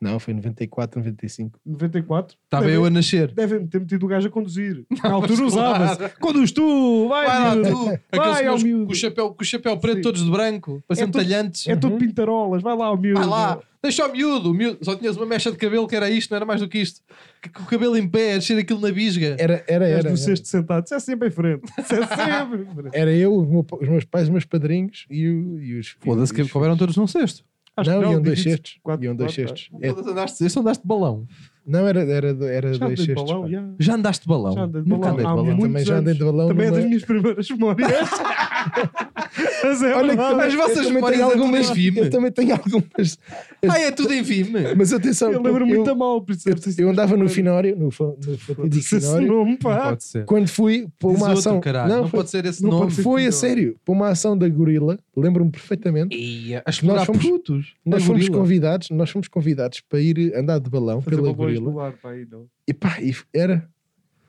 Speaker 4: Não, foi 94, 95.
Speaker 1: 94?
Speaker 3: Estava
Speaker 1: Devem-
Speaker 3: eu a nascer.
Speaker 1: Devem ter metido o gajo a conduzir. Na altura usava-se. Conduz tu, vai,
Speaker 3: Vai lá,
Speaker 1: miúdo.
Speaker 3: tu. Aqueles
Speaker 1: ao
Speaker 3: meus
Speaker 1: miúdo.
Speaker 3: com o chapéu, com o chapéu preto,
Speaker 1: Sim.
Speaker 3: todos de branco, parecendo
Speaker 1: todo-
Speaker 3: talhantes.
Speaker 1: É
Speaker 4: Uhum.
Speaker 1: todo pintarolas, vai lá, o miúdo.
Speaker 3: Vai lá, deixa o miúdo. o miúdo. Só tinhas uma mecha de cabelo que era isto, não era mais do que isto. Que- Com o cabelo em pé, a descer aquilo na bisga.
Speaker 4: Era, era,
Speaker 1: És
Speaker 4: era.
Speaker 1: do
Speaker 4: era.
Speaker 1: sexto sentado, isso é sempre em frente. Isso é sempre em frente.
Speaker 4: Era eu, o meu pa- os meus pais, os meus padrinhos e, o, e os.
Speaker 3: Foda-se
Speaker 4: e
Speaker 3: que
Speaker 4: os-
Speaker 3: couberam todos num cesto.
Speaker 1: Acho que
Speaker 4: Não, iam dois
Speaker 1: divide-se
Speaker 4: cestos.
Speaker 1: quatro-
Speaker 4: Iam dois
Speaker 1: quatro,
Speaker 4: cestos. É,
Speaker 3: Foda-se, andaste cesto, andaste de balão.
Speaker 4: não, era, era, era
Speaker 1: Já
Speaker 4: dois
Speaker 1: andei de
Speaker 4: cestos.
Speaker 1: balão,
Speaker 4: pá.
Speaker 1: já.
Speaker 3: Já andaste de balão.
Speaker 1: Já andei de
Speaker 3: Nunca
Speaker 1: balão.
Speaker 3: andei de
Speaker 1: Há
Speaker 3: balão.
Speaker 1: muitos
Speaker 4: Também já andei de
Speaker 1: anos.
Speaker 4: balão
Speaker 1: Também é das
Speaker 4: numa-
Speaker 1: minhas primeiras memórias. Mas é
Speaker 4: Olha
Speaker 1: verdade.
Speaker 4: que também-
Speaker 3: As vossas
Speaker 4: eu também
Speaker 3: memórias
Speaker 4: tenho
Speaker 3: é tudo
Speaker 4: algumas.
Speaker 3: em filme.
Speaker 4: Eu também tenho algumas.
Speaker 3: Ah, é tudo em vime.
Speaker 4: Mas atenção,
Speaker 1: Eu lembro-me
Speaker 4: eu-
Speaker 1: muito a mal. por isso é
Speaker 4: eu,
Speaker 1: preciso-
Speaker 4: eu andava no finório, no, fa- no fatídico
Speaker 1: Foda-se esse
Speaker 4: finório,
Speaker 1: nome, pá.
Speaker 3: Pode ser.
Speaker 4: quando fui para
Speaker 3: Diz
Speaker 4: uma
Speaker 3: outro,
Speaker 4: ação.
Speaker 3: caralho. Não,
Speaker 4: foi-
Speaker 3: pode ser esse
Speaker 4: não
Speaker 3: nome.
Speaker 4: pode- Foi a sério, para uma ação da Gorila, lembro-me perfeitamente.
Speaker 3: Ia, a
Speaker 4: nós
Speaker 3: explorar
Speaker 4: fomos-
Speaker 3: putos.
Speaker 4: Nós
Speaker 3: A
Speaker 4: fomos
Speaker 3: gorila.
Speaker 4: convidados, nós fomos convidados para ir andar de balão
Speaker 1: Fazer
Speaker 4: pela
Speaker 1: balões
Speaker 4: Gorila.
Speaker 1: no ar, pá, aí, não.
Speaker 4: E pá, e f- era,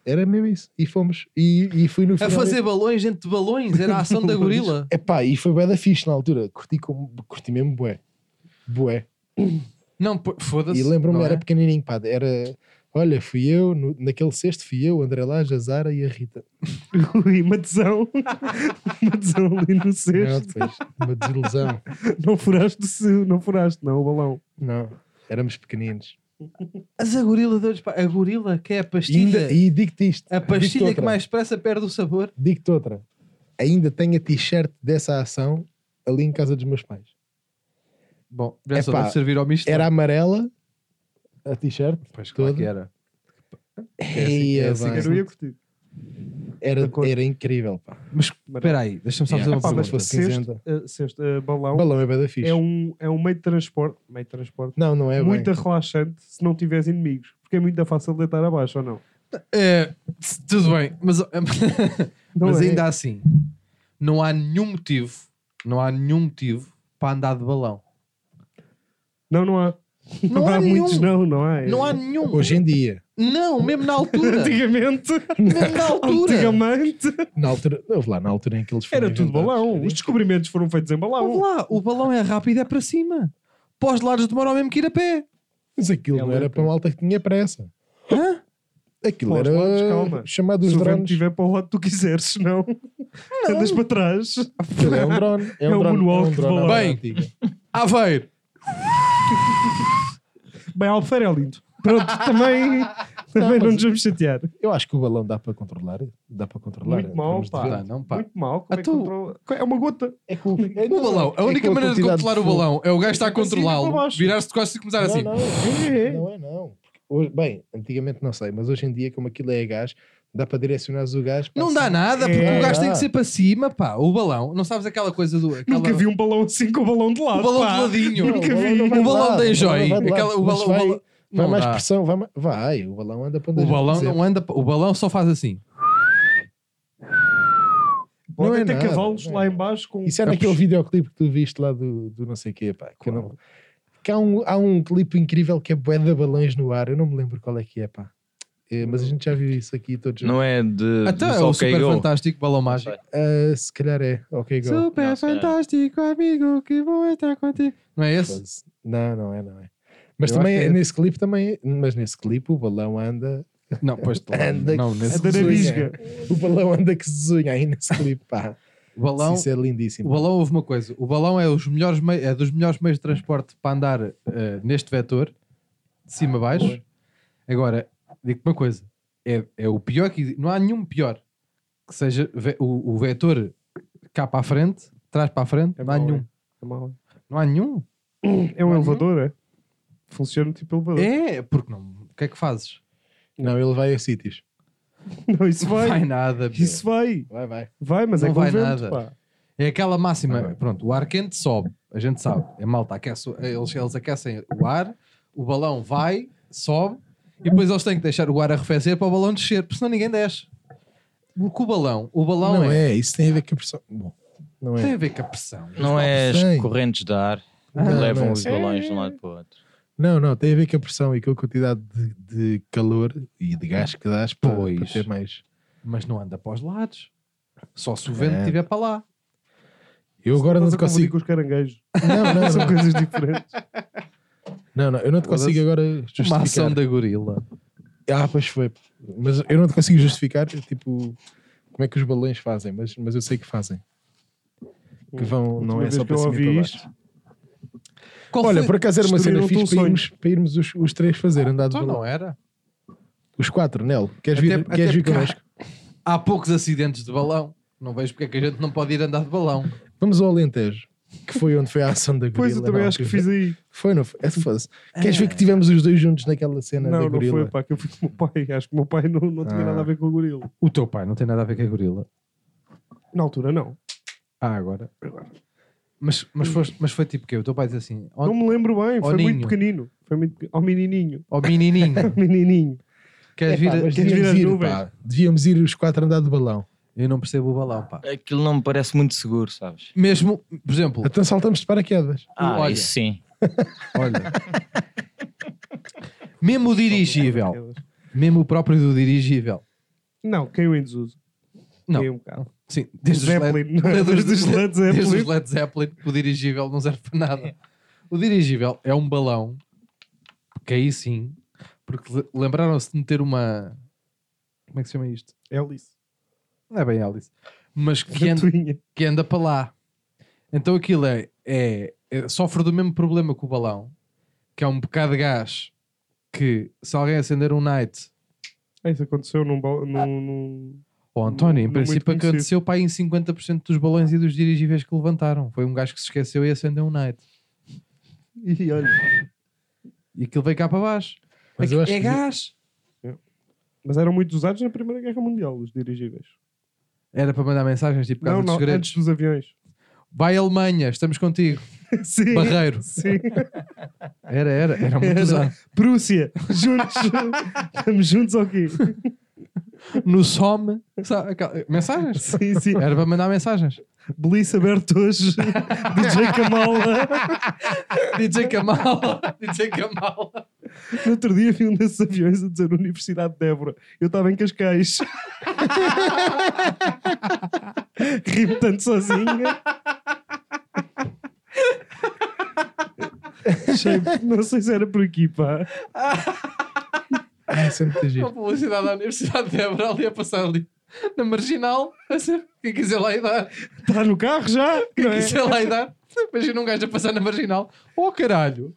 Speaker 4: era mesmo isso. E fomos. E, e fui no
Speaker 3: A
Speaker 4: finório.
Speaker 3: fazer balões dentro de balões. Era a ação da gorila.
Speaker 4: Epá, e foi bué da fixe na altura. Curti, com, curti mesmo bué. Bué.
Speaker 3: Não, pô, foda-se.
Speaker 4: E lembro-me,
Speaker 3: não é?
Speaker 4: era pequenininho, pá. Era... Olha, fui eu, no- naquele sexto fui eu, o André Lage, a Zara e a Rita.
Speaker 1: Ui, matezão. matezão ali no
Speaker 4: Não,
Speaker 1: cesto.
Speaker 4: depois, uma desilusão.
Speaker 1: Não furaste, o seu- não furaste, não, o balão.
Speaker 4: Não, éramos pequeninos.
Speaker 3: Mas a gorila deu-lhes pa- A gorila que é a
Speaker 4: E,
Speaker 3: pastilha.
Speaker 4: ainda- e digo-te isto.
Speaker 3: A
Speaker 4: digo-te
Speaker 3: pastilha que
Speaker 4: outra,
Speaker 3: mais depressa perde o sabor.
Speaker 4: Digo-te outra. Ainda tenho a t-shirt dessa ação ali em casa dos meus pais.
Speaker 3: Bom, já só
Speaker 4: Epá, é
Speaker 3: deve servir ao misto.
Speaker 4: Era amarela a t-shirt.
Speaker 3: Pois claro
Speaker 4: toda.
Speaker 3: que era.
Speaker 4: Eia,
Speaker 3: é assim
Speaker 4: bem.
Speaker 3: que
Speaker 1: Eu não ia curtir.
Speaker 4: era,
Speaker 1: da cor.
Speaker 4: era incrível. Pá.
Speaker 3: Mas espera aí, deixa-me
Speaker 1: É,
Speaker 3: só fazer
Speaker 4: Yeah.
Speaker 3: uma
Speaker 4: Epá, mas
Speaker 3: pergunta.
Speaker 4: fosse-
Speaker 1: Sexto,
Speaker 4: cinzenta.
Speaker 1: eh, sexto eh, balão,
Speaker 4: Balão é bada fixe.
Speaker 1: é, um, é um meio de transporte, meio de transporte
Speaker 4: Não, não é bem.
Speaker 1: muito relaxante se não tiveres inimigos. Porque é muito fácil deitar abaixo, ou não?
Speaker 3: É, tudo bem, mas,
Speaker 1: Não
Speaker 3: mas
Speaker 1: é?
Speaker 3: ainda assim, não há nenhum motivo, não há nenhum motivo para andar de balão.
Speaker 1: Não, não há.
Speaker 3: Não
Speaker 1: há,
Speaker 3: há nenhum.
Speaker 1: muitos, não, não há.
Speaker 3: Não há nenhum.
Speaker 4: Hoje em dia.
Speaker 3: Não, mesmo na altura.
Speaker 1: Antigamente,
Speaker 3: mesmo na altura.
Speaker 1: antigamente,
Speaker 4: Na altura, houve lá, na altura em que eles foram
Speaker 1: era tudo
Speaker 4: inventados.
Speaker 1: balão. Os descobrimentos foram feitos em
Speaker 3: Vamos
Speaker 1: balão.
Speaker 3: lá, o balão é rápido, é para cima. Pós lados demora o mesmo que ir a pé.
Speaker 4: Mas aquilo
Speaker 1: É
Speaker 4: não era
Speaker 1: louco.
Speaker 4: para malta que tinha pressa.
Speaker 3: Hã?
Speaker 4: Aquilo
Speaker 1: Pô, os
Speaker 4: era
Speaker 1: lados, calma.
Speaker 4: chamado os
Speaker 1: Se o vento
Speaker 4: drones.
Speaker 1: estiver para o lado que tu quiseres, senão andas para trás.
Speaker 4: Aquilo é um drone. É um,
Speaker 1: É um
Speaker 4: drone,
Speaker 1: moonwalk
Speaker 4: é um
Speaker 1: de
Speaker 4: drone à
Speaker 1: balão.
Speaker 4: moda
Speaker 3: Bem.
Speaker 4: antiga.
Speaker 3: Aveiro.
Speaker 1: Bem, Albufeira é lindo. Pronto, também, também não nos vamos chatear.
Speaker 4: Eu acho que o balão dá para controlar. Dá para controlar.
Speaker 1: Muito
Speaker 4: em
Speaker 1: mal,
Speaker 4: termos de
Speaker 1: pá.
Speaker 4: vento.
Speaker 3: Tá, não, pá.
Speaker 1: Muito mal. Como é, que
Speaker 3: Então-
Speaker 1: controla? é uma gota.
Speaker 4: É que o, é-
Speaker 3: O balão, a
Speaker 4: é
Speaker 3: única
Speaker 4: que
Speaker 3: maneira de
Speaker 4: quantidade
Speaker 3: controlar o
Speaker 4: fogo-
Speaker 3: balão é o gajo estar a
Speaker 1: Assim, para
Speaker 3: controlá-lo,
Speaker 1: baixo.
Speaker 3: virar-se de costas e começar assim.
Speaker 4: Não,
Speaker 1: É, é.
Speaker 4: não, não é não. Porque hoje- bem, antigamente não sei, mas hoje em dia, como aquilo é a gás, dá para direcionar o gás. para
Speaker 3: Não
Speaker 4: cima.
Speaker 3: dá nada, porque
Speaker 4: É,
Speaker 3: o gajo
Speaker 4: dá.
Speaker 3: tem que ser para cima, pá. O balão, não sabes aquela coisa do. aquela-
Speaker 1: Nunca vi um balão assim com o balão de lado.
Speaker 3: o balão
Speaker 1: pá.
Speaker 3: de ladinho.
Speaker 4: Não,
Speaker 1: Nunca
Speaker 4: o balão
Speaker 1: vi.
Speaker 4: não vai
Speaker 3: O
Speaker 4: de
Speaker 3: balão
Speaker 4: lado,
Speaker 3: da Enjoy.
Speaker 4: o balão vai de
Speaker 3: Aquela-
Speaker 4: lado,
Speaker 3: o
Speaker 4: mas
Speaker 3: balão- o
Speaker 4: vai,
Speaker 3: balão-
Speaker 4: vai
Speaker 3: Não
Speaker 4: mais
Speaker 3: dá.
Speaker 4: pressão, vai, ma- vai, o balão anda para onde
Speaker 3: O
Speaker 4: a gente
Speaker 3: balão
Speaker 4: quiser.
Speaker 3: não anda. pa- O balão só faz assim.
Speaker 4: Não
Speaker 1: Podem
Speaker 4: é
Speaker 1: ter
Speaker 4: nada,
Speaker 1: cavalos
Speaker 4: não é
Speaker 1: lá
Speaker 4: nada.
Speaker 1: embaixo com.
Speaker 4: Isso era aquele videoclipe que tu viste lá do, do não sei quê, pá. Que eu não... que há, um, há um clipe incrível que é bué de balões no ar, eu não me lembro qual é que é, pá. É, mas a gente já viu isso aqui todos.
Speaker 5: Não é de.
Speaker 3: Até
Speaker 5: dos
Speaker 3: é o
Speaker 5: OK
Speaker 3: super
Speaker 5: Go.
Speaker 3: fantástico balão mágico.
Speaker 4: Ah, se calhar é. Ok, go.
Speaker 3: Super
Speaker 5: Não, se calhar.
Speaker 3: fantástico, amigo, que bom estar contigo. Não é esse?
Speaker 4: Foda-se. Não, não é, não é. Mas
Speaker 3: Eu
Speaker 4: também
Speaker 3: acho que é
Speaker 4: nesse clipe também, mas nesse clipe o balão anda,
Speaker 3: Não, pois tu-
Speaker 4: Anda-
Speaker 3: não, nesse
Speaker 1: Anda na
Speaker 4: Sim,
Speaker 1: bisga.
Speaker 4: o balão anda que se desunha aí nesse clipe, pá.
Speaker 3: o balão.
Speaker 4: Isso é
Speaker 3: O
Speaker 4: lindíssimo.
Speaker 3: balão houve uma coisa. O balão é, os melhores mei- é dos melhores meios de transporte para andar eh, neste vetor, de cima a baixo. Agora, digo-te uma coisa: é, é o pior que exi- não há nenhum pior que seja ve- o, o vetor cá para a frente, trás para a frente,
Speaker 1: É
Speaker 3: não há
Speaker 1: mau,
Speaker 3: nenhum.
Speaker 1: É mau.
Speaker 3: Não há nenhum.
Speaker 1: É um
Speaker 3: Olha.
Speaker 1: elevador, é? Funciona tipo elevador.
Speaker 3: É, porque não. O que é que fazes?
Speaker 4: Não, ele vai a sítios.
Speaker 1: Não, isso
Speaker 3: Vai,
Speaker 1: vai.
Speaker 3: nada. meu.
Speaker 1: Isso vai.
Speaker 4: Vai, vai.
Speaker 1: Vai, mas
Speaker 3: Não
Speaker 1: é com
Speaker 3: vai
Speaker 1: o vento,
Speaker 3: nada.
Speaker 1: pá.
Speaker 3: É aquela máxima.
Speaker 4: Ah, bem.
Speaker 3: Pronto, o ar quente sobe, a gente sabe. É malta, aquece, eles, eles aquecem o ar, o balão vai, sobe, e depois eles têm que deixar o ar arrefecer para o balão descer, porque senão ninguém desce. Porque o balão, o balão
Speaker 4: Não,
Speaker 3: é,
Speaker 4: é. isso tem a ver com a pressão. Bom, não
Speaker 3: tem
Speaker 4: é.
Speaker 3: a ver com a pressão.
Speaker 5: Não é
Speaker 4: Sei.
Speaker 5: as correntes de ar
Speaker 3: Ah,
Speaker 5: que
Speaker 4: Não,
Speaker 5: levam
Speaker 4: não é
Speaker 5: os
Speaker 4: assim.
Speaker 5: balões de um lado para o outro.
Speaker 4: Não, não, tem a ver com a pressão e com a quantidade de, de calor e de gás que dás para,
Speaker 3: Pois.
Speaker 4: para ter mais.
Speaker 3: Mas não anda para os lados. Só se o vento
Speaker 4: É.
Speaker 3: estiver para lá.
Speaker 4: Eu agora não
Speaker 1: Estás
Speaker 4: te
Speaker 1: a confundir com
Speaker 4: consigo.
Speaker 1: os caranguejos.
Speaker 4: Não, não,
Speaker 1: São
Speaker 4: não,
Speaker 1: coisas diferentes.
Speaker 4: não, não, eu não te consigo agora
Speaker 3: Uma
Speaker 4: justificar.
Speaker 3: ação da gorila.
Speaker 4: Ah, pois foi. Mas eu não te consigo justificar, tipo, como é que os balões fazem, mas, mas eu sei que fazem. Que vão, não é
Speaker 1: Última vez
Speaker 4: só
Speaker 1: que
Speaker 4: para
Speaker 1: eu
Speaker 4: cima e
Speaker 1: ouvi
Speaker 4: para
Speaker 1: isto,
Speaker 4: baixo.
Speaker 3: Qual
Speaker 4: Olha,
Speaker 3: foi-
Speaker 4: por acaso era uma cena
Speaker 1: destruíram-te um
Speaker 4: fixe para irmos, para irmos os, os três fazer, andar de
Speaker 3: Então
Speaker 4: balão.
Speaker 3: não era.
Speaker 4: Os quatro, Nel, queres
Speaker 3: Até-
Speaker 4: vir,
Speaker 3: até
Speaker 4: queres vir
Speaker 3: porque há-
Speaker 4: connosco?
Speaker 3: Há poucos acidentes de balão. Não vejo porque é que a gente não pode ir andar de balão.
Speaker 4: Vamos ao Alentejo, que foi onde foi a ação da gorila.
Speaker 1: Pois eu também
Speaker 4: na
Speaker 1: acho que
Speaker 4: altura.
Speaker 1: fiz aí.
Speaker 4: Foi, não foi? É, foda-se. Queres ver que tivemos os dois juntos naquela cena da
Speaker 1: Não, não
Speaker 4: gorila?
Speaker 1: foi, pá, que eu fui com o meu pai. Acho que o meu pai não, não tinha
Speaker 4: Ah.
Speaker 1: nada a ver com o gorila.
Speaker 3: O teu pai não tem nada a ver com a gorila.
Speaker 1: Na altura, não.
Speaker 3: Ah, agora. Mas, mas, foste- mas foi tipo o quê? O teu pai diz assim: ó,
Speaker 1: Não me lembro bem. Foi
Speaker 3: Ao ninho.
Speaker 1: muito pequenino. Foi muito pequenino. Ao menininho.
Speaker 3: ó
Speaker 1: É
Speaker 3: menininho,
Speaker 1: Menininho.
Speaker 3: queres vir?
Speaker 4: Pá,
Speaker 3: a-
Speaker 4: mas
Speaker 1: queres vir
Speaker 4: devíamos
Speaker 1: às
Speaker 4: ir,
Speaker 1: nuvens?
Speaker 4: pá. Devíamos ir os quatro andar de balão.
Speaker 3: Eu não percebo o balão, pá.
Speaker 5: Aquilo não me parece muito seguro, sabes?
Speaker 3: Mesmo, por exemplo,
Speaker 4: Então saltamos de paraquedas.
Speaker 5: Ah,
Speaker 3: Olha.
Speaker 5: isso sim.
Speaker 3: olha. mesmo o dirigível, mesmo o próprio do dirigível.
Speaker 1: Não, caiu em desuso.
Speaker 3: Não.
Speaker 1: Caiu um bocado.
Speaker 3: Sim, desde os, Led,
Speaker 1: Zeppelin. é?
Speaker 3: desde os
Speaker 1: Desde os
Speaker 3: Led-
Speaker 1: Led
Speaker 3: desde os
Speaker 1: Zeppelin.
Speaker 3: Led Zeppelin, o dirigível não serve para nada. O dirigível é um balão que aí sim, porque le- lembraram-se de meter uma. Como é que se chama isto?
Speaker 1: Hélice.
Speaker 3: Não é bem Alice, mas que anda,
Speaker 1: Gratuinha.
Speaker 3: que anda para lá. Então aquilo é, é- é- sofre do mesmo problema que o balão, que é um bocado de gás que se alguém acender um night,
Speaker 1: Ah, isso aconteceu num. bal- num, num...
Speaker 3: ou António, em
Speaker 1: Não é muito
Speaker 3: princípio
Speaker 1: conhecido.
Speaker 3: aconteceu para aí em 50% dos balões e dos dirigíveis que levantaram. Foi um gajo que se esqueceu e acendeu um night.
Speaker 1: E olha.
Speaker 3: E aquilo veio cá para baixo.
Speaker 4: Mas eu
Speaker 3: É-
Speaker 4: acho
Speaker 3: é
Speaker 4: que-
Speaker 3: gás.
Speaker 1: Mas eram muito usados na Primeira Guerra Mundial, os dirigíveis.
Speaker 3: Era para mandar mensagens tipo Casa
Speaker 1: Não,
Speaker 3: dos
Speaker 1: não,
Speaker 3: Segredos.
Speaker 1: antes dos aviões.
Speaker 3: Vai Alemanha, estamos contigo.
Speaker 1: Sim.
Speaker 3: Barreiro.
Speaker 1: Sim.
Speaker 3: Era, era, era muito
Speaker 1: Era.
Speaker 3: usado.
Speaker 1: Prússia, juntos. Estamos juntos aqui.
Speaker 3: No SOM, sabe, aquela- mensagens.
Speaker 1: Sim, sim.
Speaker 3: Era para mandar mensagens.
Speaker 1: Belice aberto hoje. DJ Kamala.
Speaker 3: DJ Kamal, DJ Kamal.
Speaker 1: No outro dia vi um desses aviões a dizer Universidade de Évora. Eu estava em Cascais. Ri-me tanto sozinha. Achei- Não sei se era por aqui, pá.
Speaker 4: Ah, isso é muito
Speaker 3: Uma
Speaker 4: giro.
Speaker 3: publicidade da Universidade de Évora ali a passar ali. Na marginal, a ser, é quem quiser lá ir dar,
Speaker 1: Está no carro já?
Speaker 3: quem
Speaker 1: Não é?
Speaker 3: quiser lá ir dar. Imagina um gajo a passar na marginal. Oh caralho!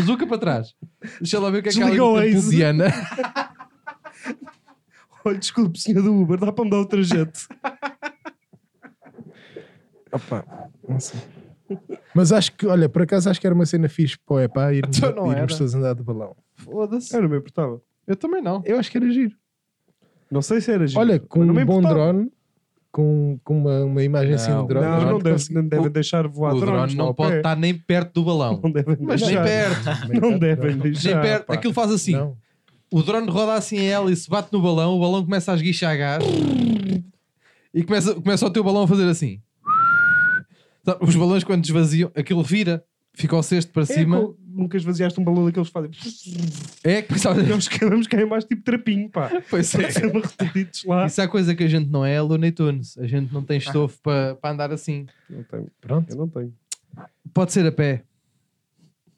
Speaker 3: Zuca para trás. Deixa lá ver o que é que há ali
Speaker 1: Desliga o
Speaker 3: no tempo
Speaker 1: Waze.
Speaker 3: de Ana.
Speaker 1: Olha, desculpe, senhor do Uber, dá para me dar o trajeto.
Speaker 4: Não sei. Mas acho que, olha, por acaso acho que era uma cena fixe para o EPA irmos,
Speaker 3: Então não
Speaker 4: irmos
Speaker 3: era.
Speaker 4: todos andar de balão.
Speaker 3: Foda-se.
Speaker 1: Eu não me importava.
Speaker 3: Eu também não.
Speaker 4: Eu acho que era giro.
Speaker 1: Não sei se era giro.
Speaker 4: Olha, com
Speaker 1: mas não me
Speaker 4: um bom
Speaker 1: importava. drone.
Speaker 4: drone, com, com uma, uma imagem assim
Speaker 3: Não,
Speaker 4: de drone. um
Speaker 1: não,
Speaker 4: acho
Speaker 1: não,
Speaker 4: que
Speaker 1: deve,
Speaker 4: consigo-
Speaker 1: não devem
Speaker 3: O-
Speaker 1: deixar voar
Speaker 3: o drone
Speaker 1: drones lá
Speaker 3: não
Speaker 1: ao
Speaker 3: pode
Speaker 1: pé.
Speaker 3: estar nem perto do balão.
Speaker 1: Não devem
Speaker 3: Mas nem
Speaker 1: deixar.
Speaker 3: perto.
Speaker 1: Não devem
Speaker 3: Nem
Speaker 1: deixar.
Speaker 3: perto.
Speaker 4: pá.
Speaker 3: Aquilo faz assim.
Speaker 4: Não.
Speaker 3: O drone roda assim em hélice, bate no balão, o balão começa a esguichar gás e começa, começa o teu balão a fazer assim. Sabe, Os balões, quando desvaziam, aquilo vira, fica o cesto para
Speaker 1: É,
Speaker 3: cima.
Speaker 1: co- nunca esvaziaste um balão daqueles que fazem.
Speaker 3: É que pensava,
Speaker 1: Nós acabamos cá em baixo tipo trapinho, pá.
Speaker 3: pois é.
Speaker 1: Sempre retendidos lá.
Speaker 3: Isso é coisa que a gente não é, é Looney Tunes. A gente
Speaker 1: Ah.
Speaker 3: não tem estofo para, para andar assim.
Speaker 1: Não tenho.
Speaker 4: Pronto.
Speaker 1: Eu não tenho.
Speaker 3: Pode ser a pé.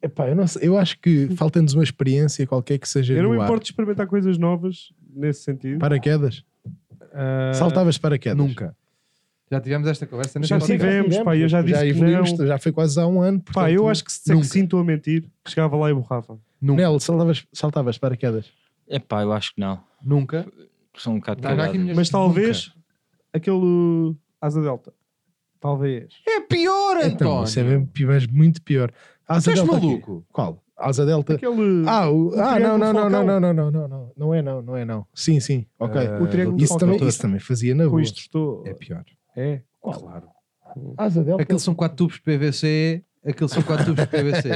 Speaker 4: Epá, eu, não sei, eu acho que falta-nos uma experiência qualquer que seja
Speaker 1: Eu não
Speaker 4: no
Speaker 1: me
Speaker 4: ar.
Speaker 1: importo de experimentar coisas novas nesse sentido.
Speaker 4: Paraquedas? Saltavas de paraquedas?
Speaker 3: Ah, Nunca. Já tivemos esta conversa. neste
Speaker 1: Já
Speaker 3: podcast.
Speaker 1: tive. Tivemos, pá, eu já disse que
Speaker 4: evoluímos,
Speaker 1: não.
Speaker 4: Já foi quase há um ano.
Speaker 1: Pá, eu acho que se disser que
Speaker 3: nunca.
Speaker 1: sim, estou a mentir, chegava lá e borrafa.
Speaker 4: que...
Speaker 3: Nunca.
Speaker 4: Nel, saltavas, saltavas de paraquedas?
Speaker 5: É pá, eu acho que não.
Speaker 3: Nunca.
Speaker 5: Sou um bocado
Speaker 3: Tá já aqui
Speaker 5: cagado.
Speaker 3: minhas-
Speaker 1: Mas talvez
Speaker 3: Nunca.
Speaker 1: aquele asa delta. Talvez.
Speaker 3: É pior,
Speaker 4: Então,
Speaker 3: António.
Speaker 4: isso é bem, pi- mas muito pior. Asa
Speaker 3: Tu és
Speaker 4: Delta aqui.
Speaker 3: maluco?
Speaker 4: Qual? Asa Delta.
Speaker 1: Aquele.
Speaker 4: Ah, o- ah
Speaker 1: triângulo
Speaker 4: não, não, não, não,
Speaker 1: Falcão.
Speaker 4: não, não, não, não, não. Não é não, não é não. Sim, sim, ok.
Speaker 3: Ah,
Speaker 1: o triângulo
Speaker 4: isso,
Speaker 1: Falcão.
Speaker 4: também, isso também fazia na
Speaker 1: Com
Speaker 4: boa.
Speaker 1: isto estou.
Speaker 3: É pior.
Speaker 1: É.
Speaker 3: Claro.
Speaker 4: Asa Delta.
Speaker 3: Aqueles são 4 tubos de PVC, aqueles são 4 tubos de PVC.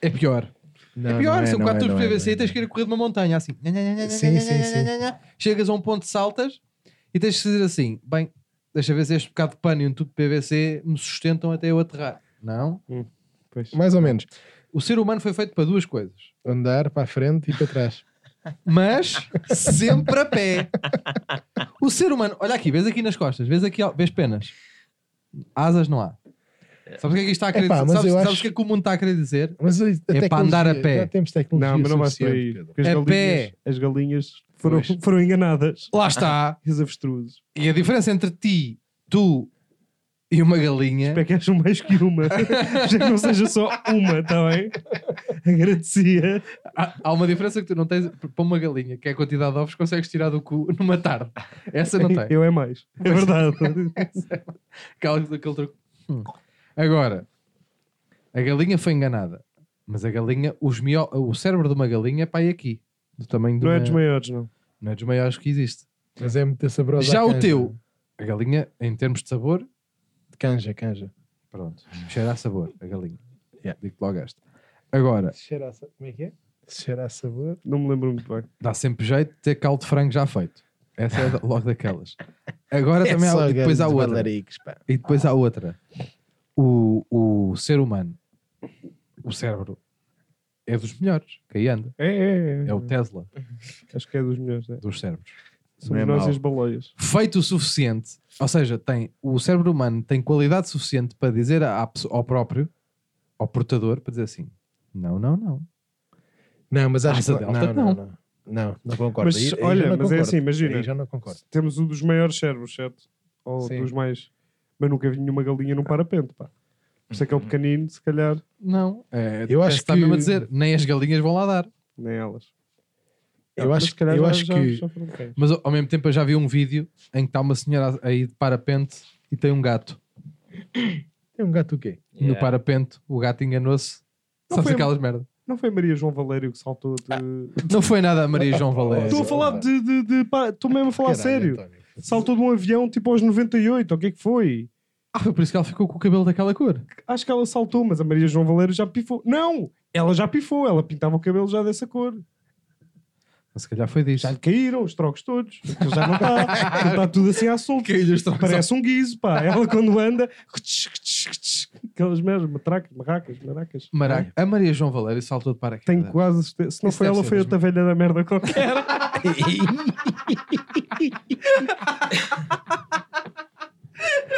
Speaker 3: é pior. é pior, são 4 tubos de PVC e tens que ir a correr de uma montanha assim.
Speaker 4: é. Sim, sim, sim.
Speaker 3: Chegas a um ponto, saltas e tens que dizer assim: bem, deixa ver se este bocado de pano e um tubo de PVC me sustentam até eu aterrar. Não.
Speaker 1: Pois.
Speaker 3: é.
Speaker 4: Mais ou menos.
Speaker 3: O ser humano foi feito para duas coisas.
Speaker 4: Andar para a frente e para trás.
Speaker 3: Mas sempre a pé. O ser humano, olha aqui, vês aqui nas costas, vês aqui, ó, vês penas. Asas não há. Sabes o que é que isto está a querer
Speaker 4: Epá,
Speaker 3: dizer?
Speaker 4: mas
Speaker 3: Sabes,
Speaker 4: eu
Speaker 3: sabes
Speaker 4: acho-
Speaker 3: o que é que o mundo está a querer dizer?
Speaker 4: Mas a tecnologia-
Speaker 3: É para andar a pé.
Speaker 4: Já temos tecnologia
Speaker 1: Não, mas não vai por
Speaker 4: suficiente,
Speaker 1: aí.
Speaker 4: Pedro.
Speaker 1: porque As
Speaker 3: É
Speaker 1: galinhas,
Speaker 3: pé.
Speaker 1: as galinhas foram,
Speaker 3: Pois.
Speaker 1: foram enganadas.
Speaker 3: Lá está.
Speaker 1: E os avestruzes.
Speaker 3: E a diferença entre ti, tu e uma galinha.
Speaker 1: Espero é que hajam mais que uma. Já que não seja só uma, está bem? Agradecia.
Speaker 3: Há, há uma diferença que tu não tens para uma galinha, que é a quantidade de ovos que consegues tirar do cu numa tarde. Essa não tem.
Speaker 1: Eu é mais. É verdade.
Speaker 3: Aquela- aquele é truque. Hum. Agora, a galinha foi enganada. Mas a galinha, os mió- o cérebro de uma galinha é para aí aqui. Do tamanho de
Speaker 1: Não é
Speaker 3: uma-
Speaker 1: dos maiores, não.
Speaker 3: não é dos maiores que existe.
Speaker 4: Mas é muito saborosa.
Speaker 3: Já
Speaker 4: a
Speaker 3: o
Speaker 4: canja.
Speaker 3: teu, a galinha, em termos de sabor,
Speaker 4: De canja, canja.
Speaker 3: pronto, cheira a sabor, a galinha.
Speaker 4: Yeah.
Speaker 3: Digo logo esta. Agora,
Speaker 4: Cheira a, sa- como é que é? Cheira a sabor.
Speaker 1: Não me lembro muito bem.
Speaker 3: dá sempre jeito de ter caldo de frango já feito. Essa é da- logo daquelas. Agora
Speaker 4: É
Speaker 3: também há, e depois há outra. E depois há outra. O, o ser humano, o cérebro, é dos melhores que aí anda.
Speaker 1: É, é, é.
Speaker 4: Uhum.
Speaker 3: É o Tesla
Speaker 1: Acho que é dos melhores. É.
Speaker 3: dos cérebros.
Speaker 1: Somos
Speaker 5: é
Speaker 1: nós
Speaker 5: mau.
Speaker 1: e as baleias.
Speaker 3: Feito o suficiente, ou seja, tem, o cérebro humano tem qualidade suficiente para dizer à- à pesso- ao próprio, ao portador, para dizer assim: não, não, não.
Speaker 4: Não, mas acho
Speaker 3: Asa
Speaker 4: que
Speaker 3: Delta,
Speaker 4: não, Ah, não. Não, não concordo.
Speaker 1: Mas,
Speaker 4: Aí- aí
Speaker 1: olha,
Speaker 4: já não
Speaker 1: mas é
Speaker 4: concordo.
Speaker 1: assim, imagina.
Speaker 4: Aí já não concordo.
Speaker 1: Temos um dos maiores cérebros, certo? Ou
Speaker 3: Sim.
Speaker 1: dos mais. Mas nunca vi nenhuma galinha num parapente, pá. Por isso é que é o pequenino, se calhar,
Speaker 3: Não. É,
Speaker 4: Eu acho
Speaker 3: parece Está mesmo a
Speaker 4: que-
Speaker 3: dizer, nem as galinhas vão lá dar.
Speaker 1: nem elas.
Speaker 4: Eu
Speaker 1: Ah, mas
Speaker 4: acho-
Speaker 1: se calhar
Speaker 4: eu
Speaker 1: já-
Speaker 4: acho
Speaker 1: já-
Speaker 4: que-
Speaker 1: já foram cães.
Speaker 3: Mas ao ao mesmo tempo eu já vi um vídeo em que está uma senhora aí de parapente e tem um gato.
Speaker 4: Tem um gato o quê?
Speaker 3: No parapente, o gato enganou-se.
Speaker 1: Não
Speaker 3: Sabes Ah,
Speaker 1: foi- um-
Speaker 3: aquelas merda?
Speaker 1: Não foi Maria João Valério que saltou de.
Speaker 3: Não foi nada a Maria João Valério.
Speaker 1: Estou a falar de. de, de pá, Estou mesmo a falar a
Speaker 4: Caralho,
Speaker 1: sério.
Speaker 4: António.
Speaker 1: Saltou de um avião tipo aos 98, ou o que é que foi?
Speaker 3: Ah, foi por isso que ela ficou com o cabelo daquela cor.
Speaker 1: Acho que ela saltou, mas a Maria João Valério já pifou. Não! Ela já pifou, ela pintava o cabelo já dessa cor.
Speaker 3: Mas Ah, se calhar foi disso.
Speaker 1: Já lhe caíram os trocos todos. Aquilo Já não está. Está tudo assim à solta. Parece um guiso, pá. Ela quando anda. Aquelas merdas, matracas, marracas, maracas.
Speaker 3: Maraca. A Maria João Valério saltou de
Speaker 1: Tenho
Speaker 3: paraquedas.
Speaker 1: quase certeza. Se não
Speaker 3: Isso
Speaker 1: foi
Speaker 3: deve
Speaker 1: ela,
Speaker 3: ser
Speaker 1: foi
Speaker 3: mesmo.
Speaker 1: outra velha da merda qualquer.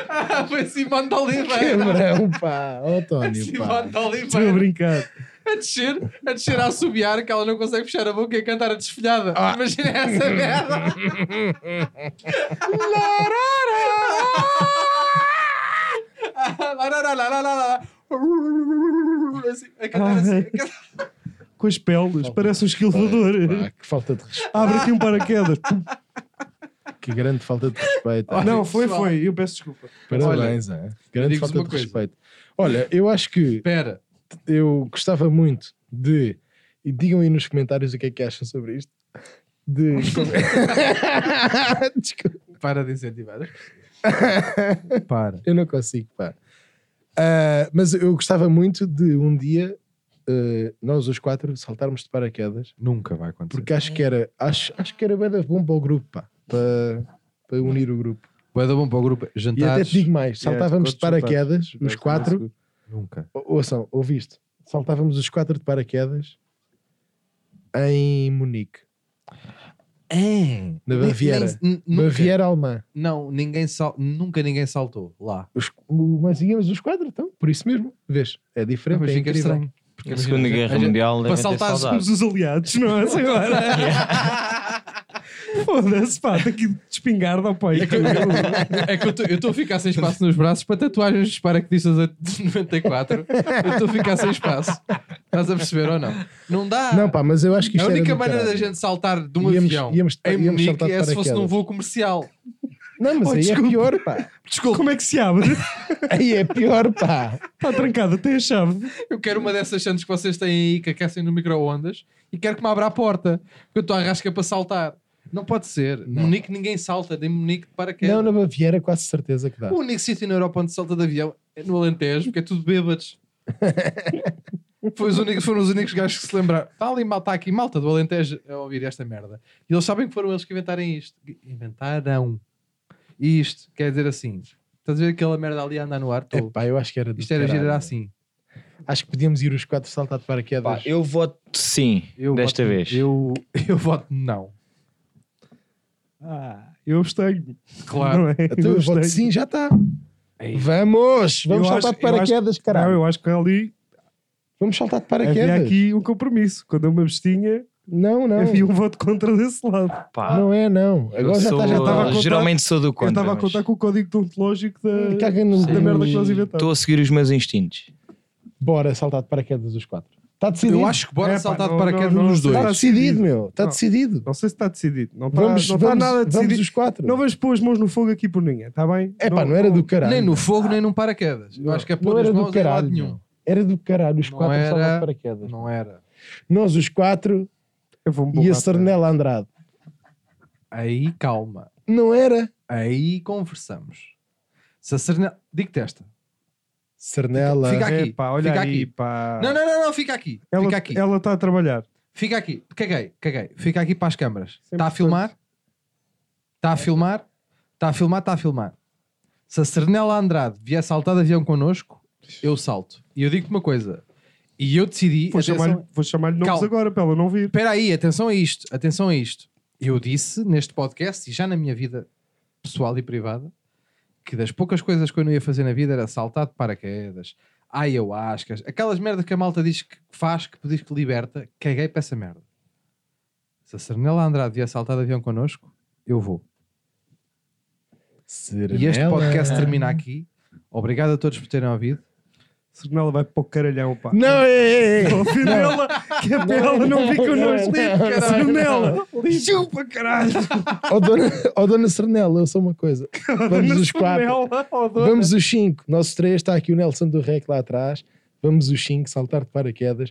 Speaker 3: Ah, foi Simone de Oliveira.
Speaker 4: Cabrão, um pá. Ó, António, pá.
Speaker 3: Simone de
Speaker 1: Estou a
Speaker 3: Oliveira.
Speaker 1: brincar.
Speaker 3: A descer, a descer a assobiar que ela não consegue fechar a boca e a cantar a desfolhada. Imagina essa merda. Larara. Larararararara. Assim, a cantar assim, a cantar-
Speaker 1: Com as peles, parece um esquilador.
Speaker 4: Pá, que falta de respeito.
Speaker 1: Abre aqui um paraquedas. Pum.
Speaker 4: Que grande falta de respeito.
Speaker 3: Olha,
Speaker 1: Não, foi,
Speaker 3: pessoal.
Speaker 1: foi. Eu peço desculpa.
Speaker 4: Parabéns, é. Grande
Speaker 3: digo-vos
Speaker 4: falta
Speaker 3: uma
Speaker 4: de
Speaker 3: coisa.
Speaker 4: respeito. Olha, eu acho que
Speaker 3: Espera.
Speaker 4: eu gostava muito de. E digam aí nos comentários o que é que acham sobre isto. De. Desculpa,
Speaker 3: Para de incentivar. Para.
Speaker 4: eu não consigo, pá. Ah, mas eu gostava muito de um dia ah, nós os quatro saltarmos de paraquedas,
Speaker 3: Nunca vai acontecer.
Speaker 4: porque acho que era acho, acho que era bem bom para o grupo, pá, para, para unir o grupo.
Speaker 3: Vai dar bom para o grupo.
Speaker 4: E até te digo mais:
Speaker 1: Yeah,
Speaker 4: saltávamos de
Speaker 1: quantos
Speaker 4: paraquedas, os quatro,
Speaker 3: Nunca.
Speaker 4: Ou- Ouçam, ouviste? Saltávamos os quatro de paraquedas em Munique,
Speaker 3: É.
Speaker 4: na Baviera. Baviera alemã.
Speaker 3: Não, ninguém sal... nunca ninguém saltou lá.
Speaker 4: Os, o- mas íamos os quatro, então. Por isso mesmo. Vês? É diferente.
Speaker 3: Mas
Speaker 4: é
Speaker 3: fica
Speaker 4: incrível.
Speaker 3: estranho. Porque
Speaker 5: é A
Speaker 3: imagina,
Speaker 5: Segunda Guerra
Speaker 3: a gente-
Speaker 5: Mundial
Speaker 3: para
Speaker 5: devem ter
Speaker 3: saltar
Speaker 5: saudades.
Speaker 1: Somos os aliados, não é? Agora. Foda-se, pá. Está aqui de espingarda ao pai.
Speaker 3: É que eu estou a ficar sem espaço nos braços para tatuagens dos paraquedistas de 94. Eu estou a ficar sem espaço. Estás a perceber ou não? Não dá.
Speaker 4: Não, pá, mas eu acho que
Speaker 3: É a
Speaker 4: isto era
Speaker 3: única
Speaker 4: do
Speaker 3: maneira da
Speaker 4: caralho.
Speaker 3: gente saltar de um
Speaker 4: Íamos-
Speaker 3: avião
Speaker 4: íamos-
Speaker 3: em
Speaker 4: íamos
Speaker 3: Munique
Speaker 4: saltar de
Speaker 3: é se fosse
Speaker 4: paraquedas.
Speaker 3: num voo comercial.
Speaker 4: Não, mas
Speaker 1: Oh,
Speaker 4: aí
Speaker 1: desculpa.
Speaker 4: é pior, pá.
Speaker 1: Desculpa. Como é que se abre?
Speaker 4: Aí é pior, pá.
Speaker 1: Está trancada, tem a chave.
Speaker 3: Eu quero uma dessas chances que vocês têm aí que aquecem no micro-ondas e quero que me abra a porta. Porque eu estou à rasca para saltar. Não pode ser. Munique ninguém salta, nem Munique de paraquedas.
Speaker 4: Não, na Baviera quase certeza que dá.
Speaker 3: O único sítio na Europa onde se salta de avião é no Alentejo, porque é tudo bêbados. Foi os únicos, foram os únicos gajos que se lembraram. Está ali, mal- está aqui malta do Alentejo a ouvir esta merda. E eles sabem que foram eles que inventarem isto. Inventaram. E isto quer dizer assim: estás a ver aquela merda ali a andar no ar? Tô.
Speaker 4: É, pá, eu acho que era do
Speaker 3: isto era
Speaker 4: caralho.
Speaker 3: girar assim.
Speaker 4: Acho que podíamos ir os quatro saltar de
Speaker 5: Pá,
Speaker 4: paraquedas.
Speaker 5: eu voto sim,
Speaker 3: Eu
Speaker 5: desta
Speaker 3: voto-
Speaker 5: vez.
Speaker 3: Eu, eu voto não.
Speaker 1: Ah, eu abstenho.
Speaker 3: Claro.
Speaker 1: Não é?
Speaker 4: Então eu voto
Speaker 1: abstenho.
Speaker 4: sim, já está.
Speaker 3: Ei.
Speaker 4: Vamos! Vamos
Speaker 1: Eu acho-
Speaker 4: saltar de
Speaker 1: eu acho-
Speaker 4: paraquedas, caralho.
Speaker 1: Não, eu acho que ali
Speaker 4: Vamos saltar de
Speaker 1: havia
Speaker 4: paraquedas.
Speaker 1: aqui um compromisso. Quando eu me abstinha,
Speaker 4: Não, não.
Speaker 1: havia um voto contra desse lado.
Speaker 5: Pá,
Speaker 4: Não é, não.
Speaker 5: eu
Speaker 4: Agora já
Speaker 5: sou-
Speaker 4: está, já estava a contar.
Speaker 5: Geralmente sou do
Speaker 1: eu
Speaker 5: contra.
Speaker 1: estava a contar com o código deontológico da,
Speaker 4: Caga no-
Speaker 1: da merda Hum, que nós inventámos.
Speaker 5: Estou a seguir os meus instintos.
Speaker 4: Bora saltar de paraquedas os quatro. Está decidido.
Speaker 3: Eu acho que bora
Speaker 1: É, pá,
Speaker 3: saltar de
Speaker 1: não-
Speaker 3: paraquedas
Speaker 1: não- não
Speaker 3: nos
Speaker 1: sei.
Speaker 3: dois.
Speaker 4: Está decidido, meu. Está
Speaker 1: Não.
Speaker 4: decidido.
Speaker 1: Não sei se está decidido. Não está,
Speaker 4: Vamos,
Speaker 1: não está
Speaker 4: vamos,
Speaker 1: nada
Speaker 4: vamos
Speaker 1: decidido.
Speaker 4: os quatro.
Speaker 1: Não vamos pôr as mãos no fogo aqui por ninguém, está bem?
Speaker 4: É pá, não era do caralho.
Speaker 3: Nem no fogo, nem num paraquedas. Eu acho que é
Speaker 4: Não
Speaker 3: pôr as
Speaker 4: era
Speaker 3: mãos
Speaker 4: do
Speaker 3: em lado
Speaker 4: caralho.
Speaker 3: nenhum.
Speaker 4: meu. Era do caralho. Os
Speaker 3: Não
Speaker 4: quatro
Speaker 3: era-
Speaker 4: saltar de paraquedas.
Speaker 3: Não Um era.
Speaker 4: Nós os quatro
Speaker 1: Eu vou-me
Speaker 4: e a
Speaker 1: borrar, tá?
Speaker 3: é.
Speaker 4: Sarnela Andrade.
Speaker 3: Aí calma.
Speaker 4: Não era.
Speaker 3: Aí conversamos. Se a Sarnela. Digo-te esta.
Speaker 4: Sarnela.
Speaker 3: Fica
Speaker 1: tá?
Speaker 3: aqui.
Speaker 1: Epá, olha
Speaker 3: fica
Speaker 1: aí,
Speaker 3: aqui.
Speaker 1: pá.
Speaker 3: Não, não, não, não, fica aqui.
Speaker 1: Ah. Ela,
Speaker 3: fica aqui.
Speaker 1: Ela está a trabalhar.
Speaker 3: Fica aqui. Caguei, caguei. Fica aqui para as câmaras.
Speaker 1: Sempre É.
Speaker 3: Está a filmar? Está a filmar? Está a filmar, está a filmar. Se a Sernela Andrade vier saltar de avião connosco, eu salto. E eu digo-te uma coisa. E eu decidi.
Speaker 1: Vou
Speaker 3: atenção-
Speaker 1: chamar-lhe vou chamar-lhe nomes
Speaker 3: Calma.
Speaker 1: agora para ela não vir.
Speaker 3: Espera aí, atenção a isto, atenção a isto. Eu disse neste podcast e já na minha vida pessoal e privada que das poucas coisas que eu não ia fazer na vida era saltar de paraquedas, ayahuascas, aquelas merdas que a malta diz que faz, que diz que liberta, caguei para essa merda. Se a Sernela Andrade vier saltar de avião connosco, eu vou.
Speaker 4: Sarnela.
Speaker 3: E este podcast termina aqui. Obrigado a todos por terem ouvido.
Speaker 1: Sernela vai para o caralhão, pá.
Speaker 4: Não, é, é, é.
Speaker 1: Pô, Fidela, que é para ela não vi connosco. Sernela, chupa, caralho.
Speaker 4: Ó Oh, dona, ó dona Sernela, eu sou uma coisa. Vamos
Speaker 1: Dona
Speaker 4: os quatro.
Speaker 1: Sernela, ó, dona.
Speaker 4: Vamos os cinco. Nós três, está aqui o Nelson do Rec lá atrás. Vamos os cinco saltar de paraquedas.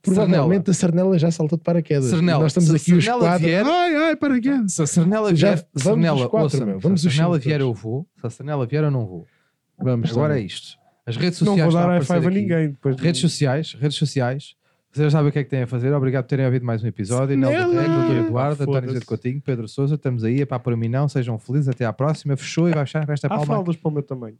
Speaker 4: Provavelmente a Sernela já saltou de paraquedas.
Speaker 3: Sernela.
Speaker 4: Nós estamos
Speaker 3: Se a
Speaker 4: aqui os
Speaker 3: Sernela
Speaker 4: quatro.
Speaker 3: vier-
Speaker 4: Ai, ai, paraquedas.
Speaker 3: Se a Sernela
Speaker 4: Já
Speaker 3: vier,
Speaker 4: vamos os
Speaker 3: Sernela,
Speaker 4: quatro,
Speaker 3: ouça-me,
Speaker 4: meu, vamos
Speaker 3: se a
Speaker 4: os
Speaker 3: Sernela
Speaker 4: cinco
Speaker 3: vier
Speaker 4: todos.
Speaker 3: eu vou, se a Sernela vier eu não vou.
Speaker 4: Vamos,
Speaker 3: Agora
Speaker 4: Sernela.
Speaker 3: é isto. As redes
Speaker 1: Não
Speaker 3: sociais
Speaker 1: vou
Speaker 3: estão
Speaker 1: dar
Speaker 3: a
Speaker 1: high
Speaker 3: aparecer
Speaker 1: five a
Speaker 3: aqui.
Speaker 1: ninguém. Depois
Speaker 3: Redes sociais, redes sociais. Vocês já sabem o que é que têm a fazer. Obrigado por terem ouvido mais um episódio. Nelo Rec,
Speaker 4: Nela!
Speaker 3: Doutor Eduardo, António
Speaker 1: Foda-se.
Speaker 3: José de Coutinho, Pedro Souza. Estamos aí. Epá, para mim não. Sejam felizes. Até à próxima. Fechou e vai fechar com esta
Speaker 1: Há
Speaker 3: palma.
Speaker 1: fraldas para o meu tamanho.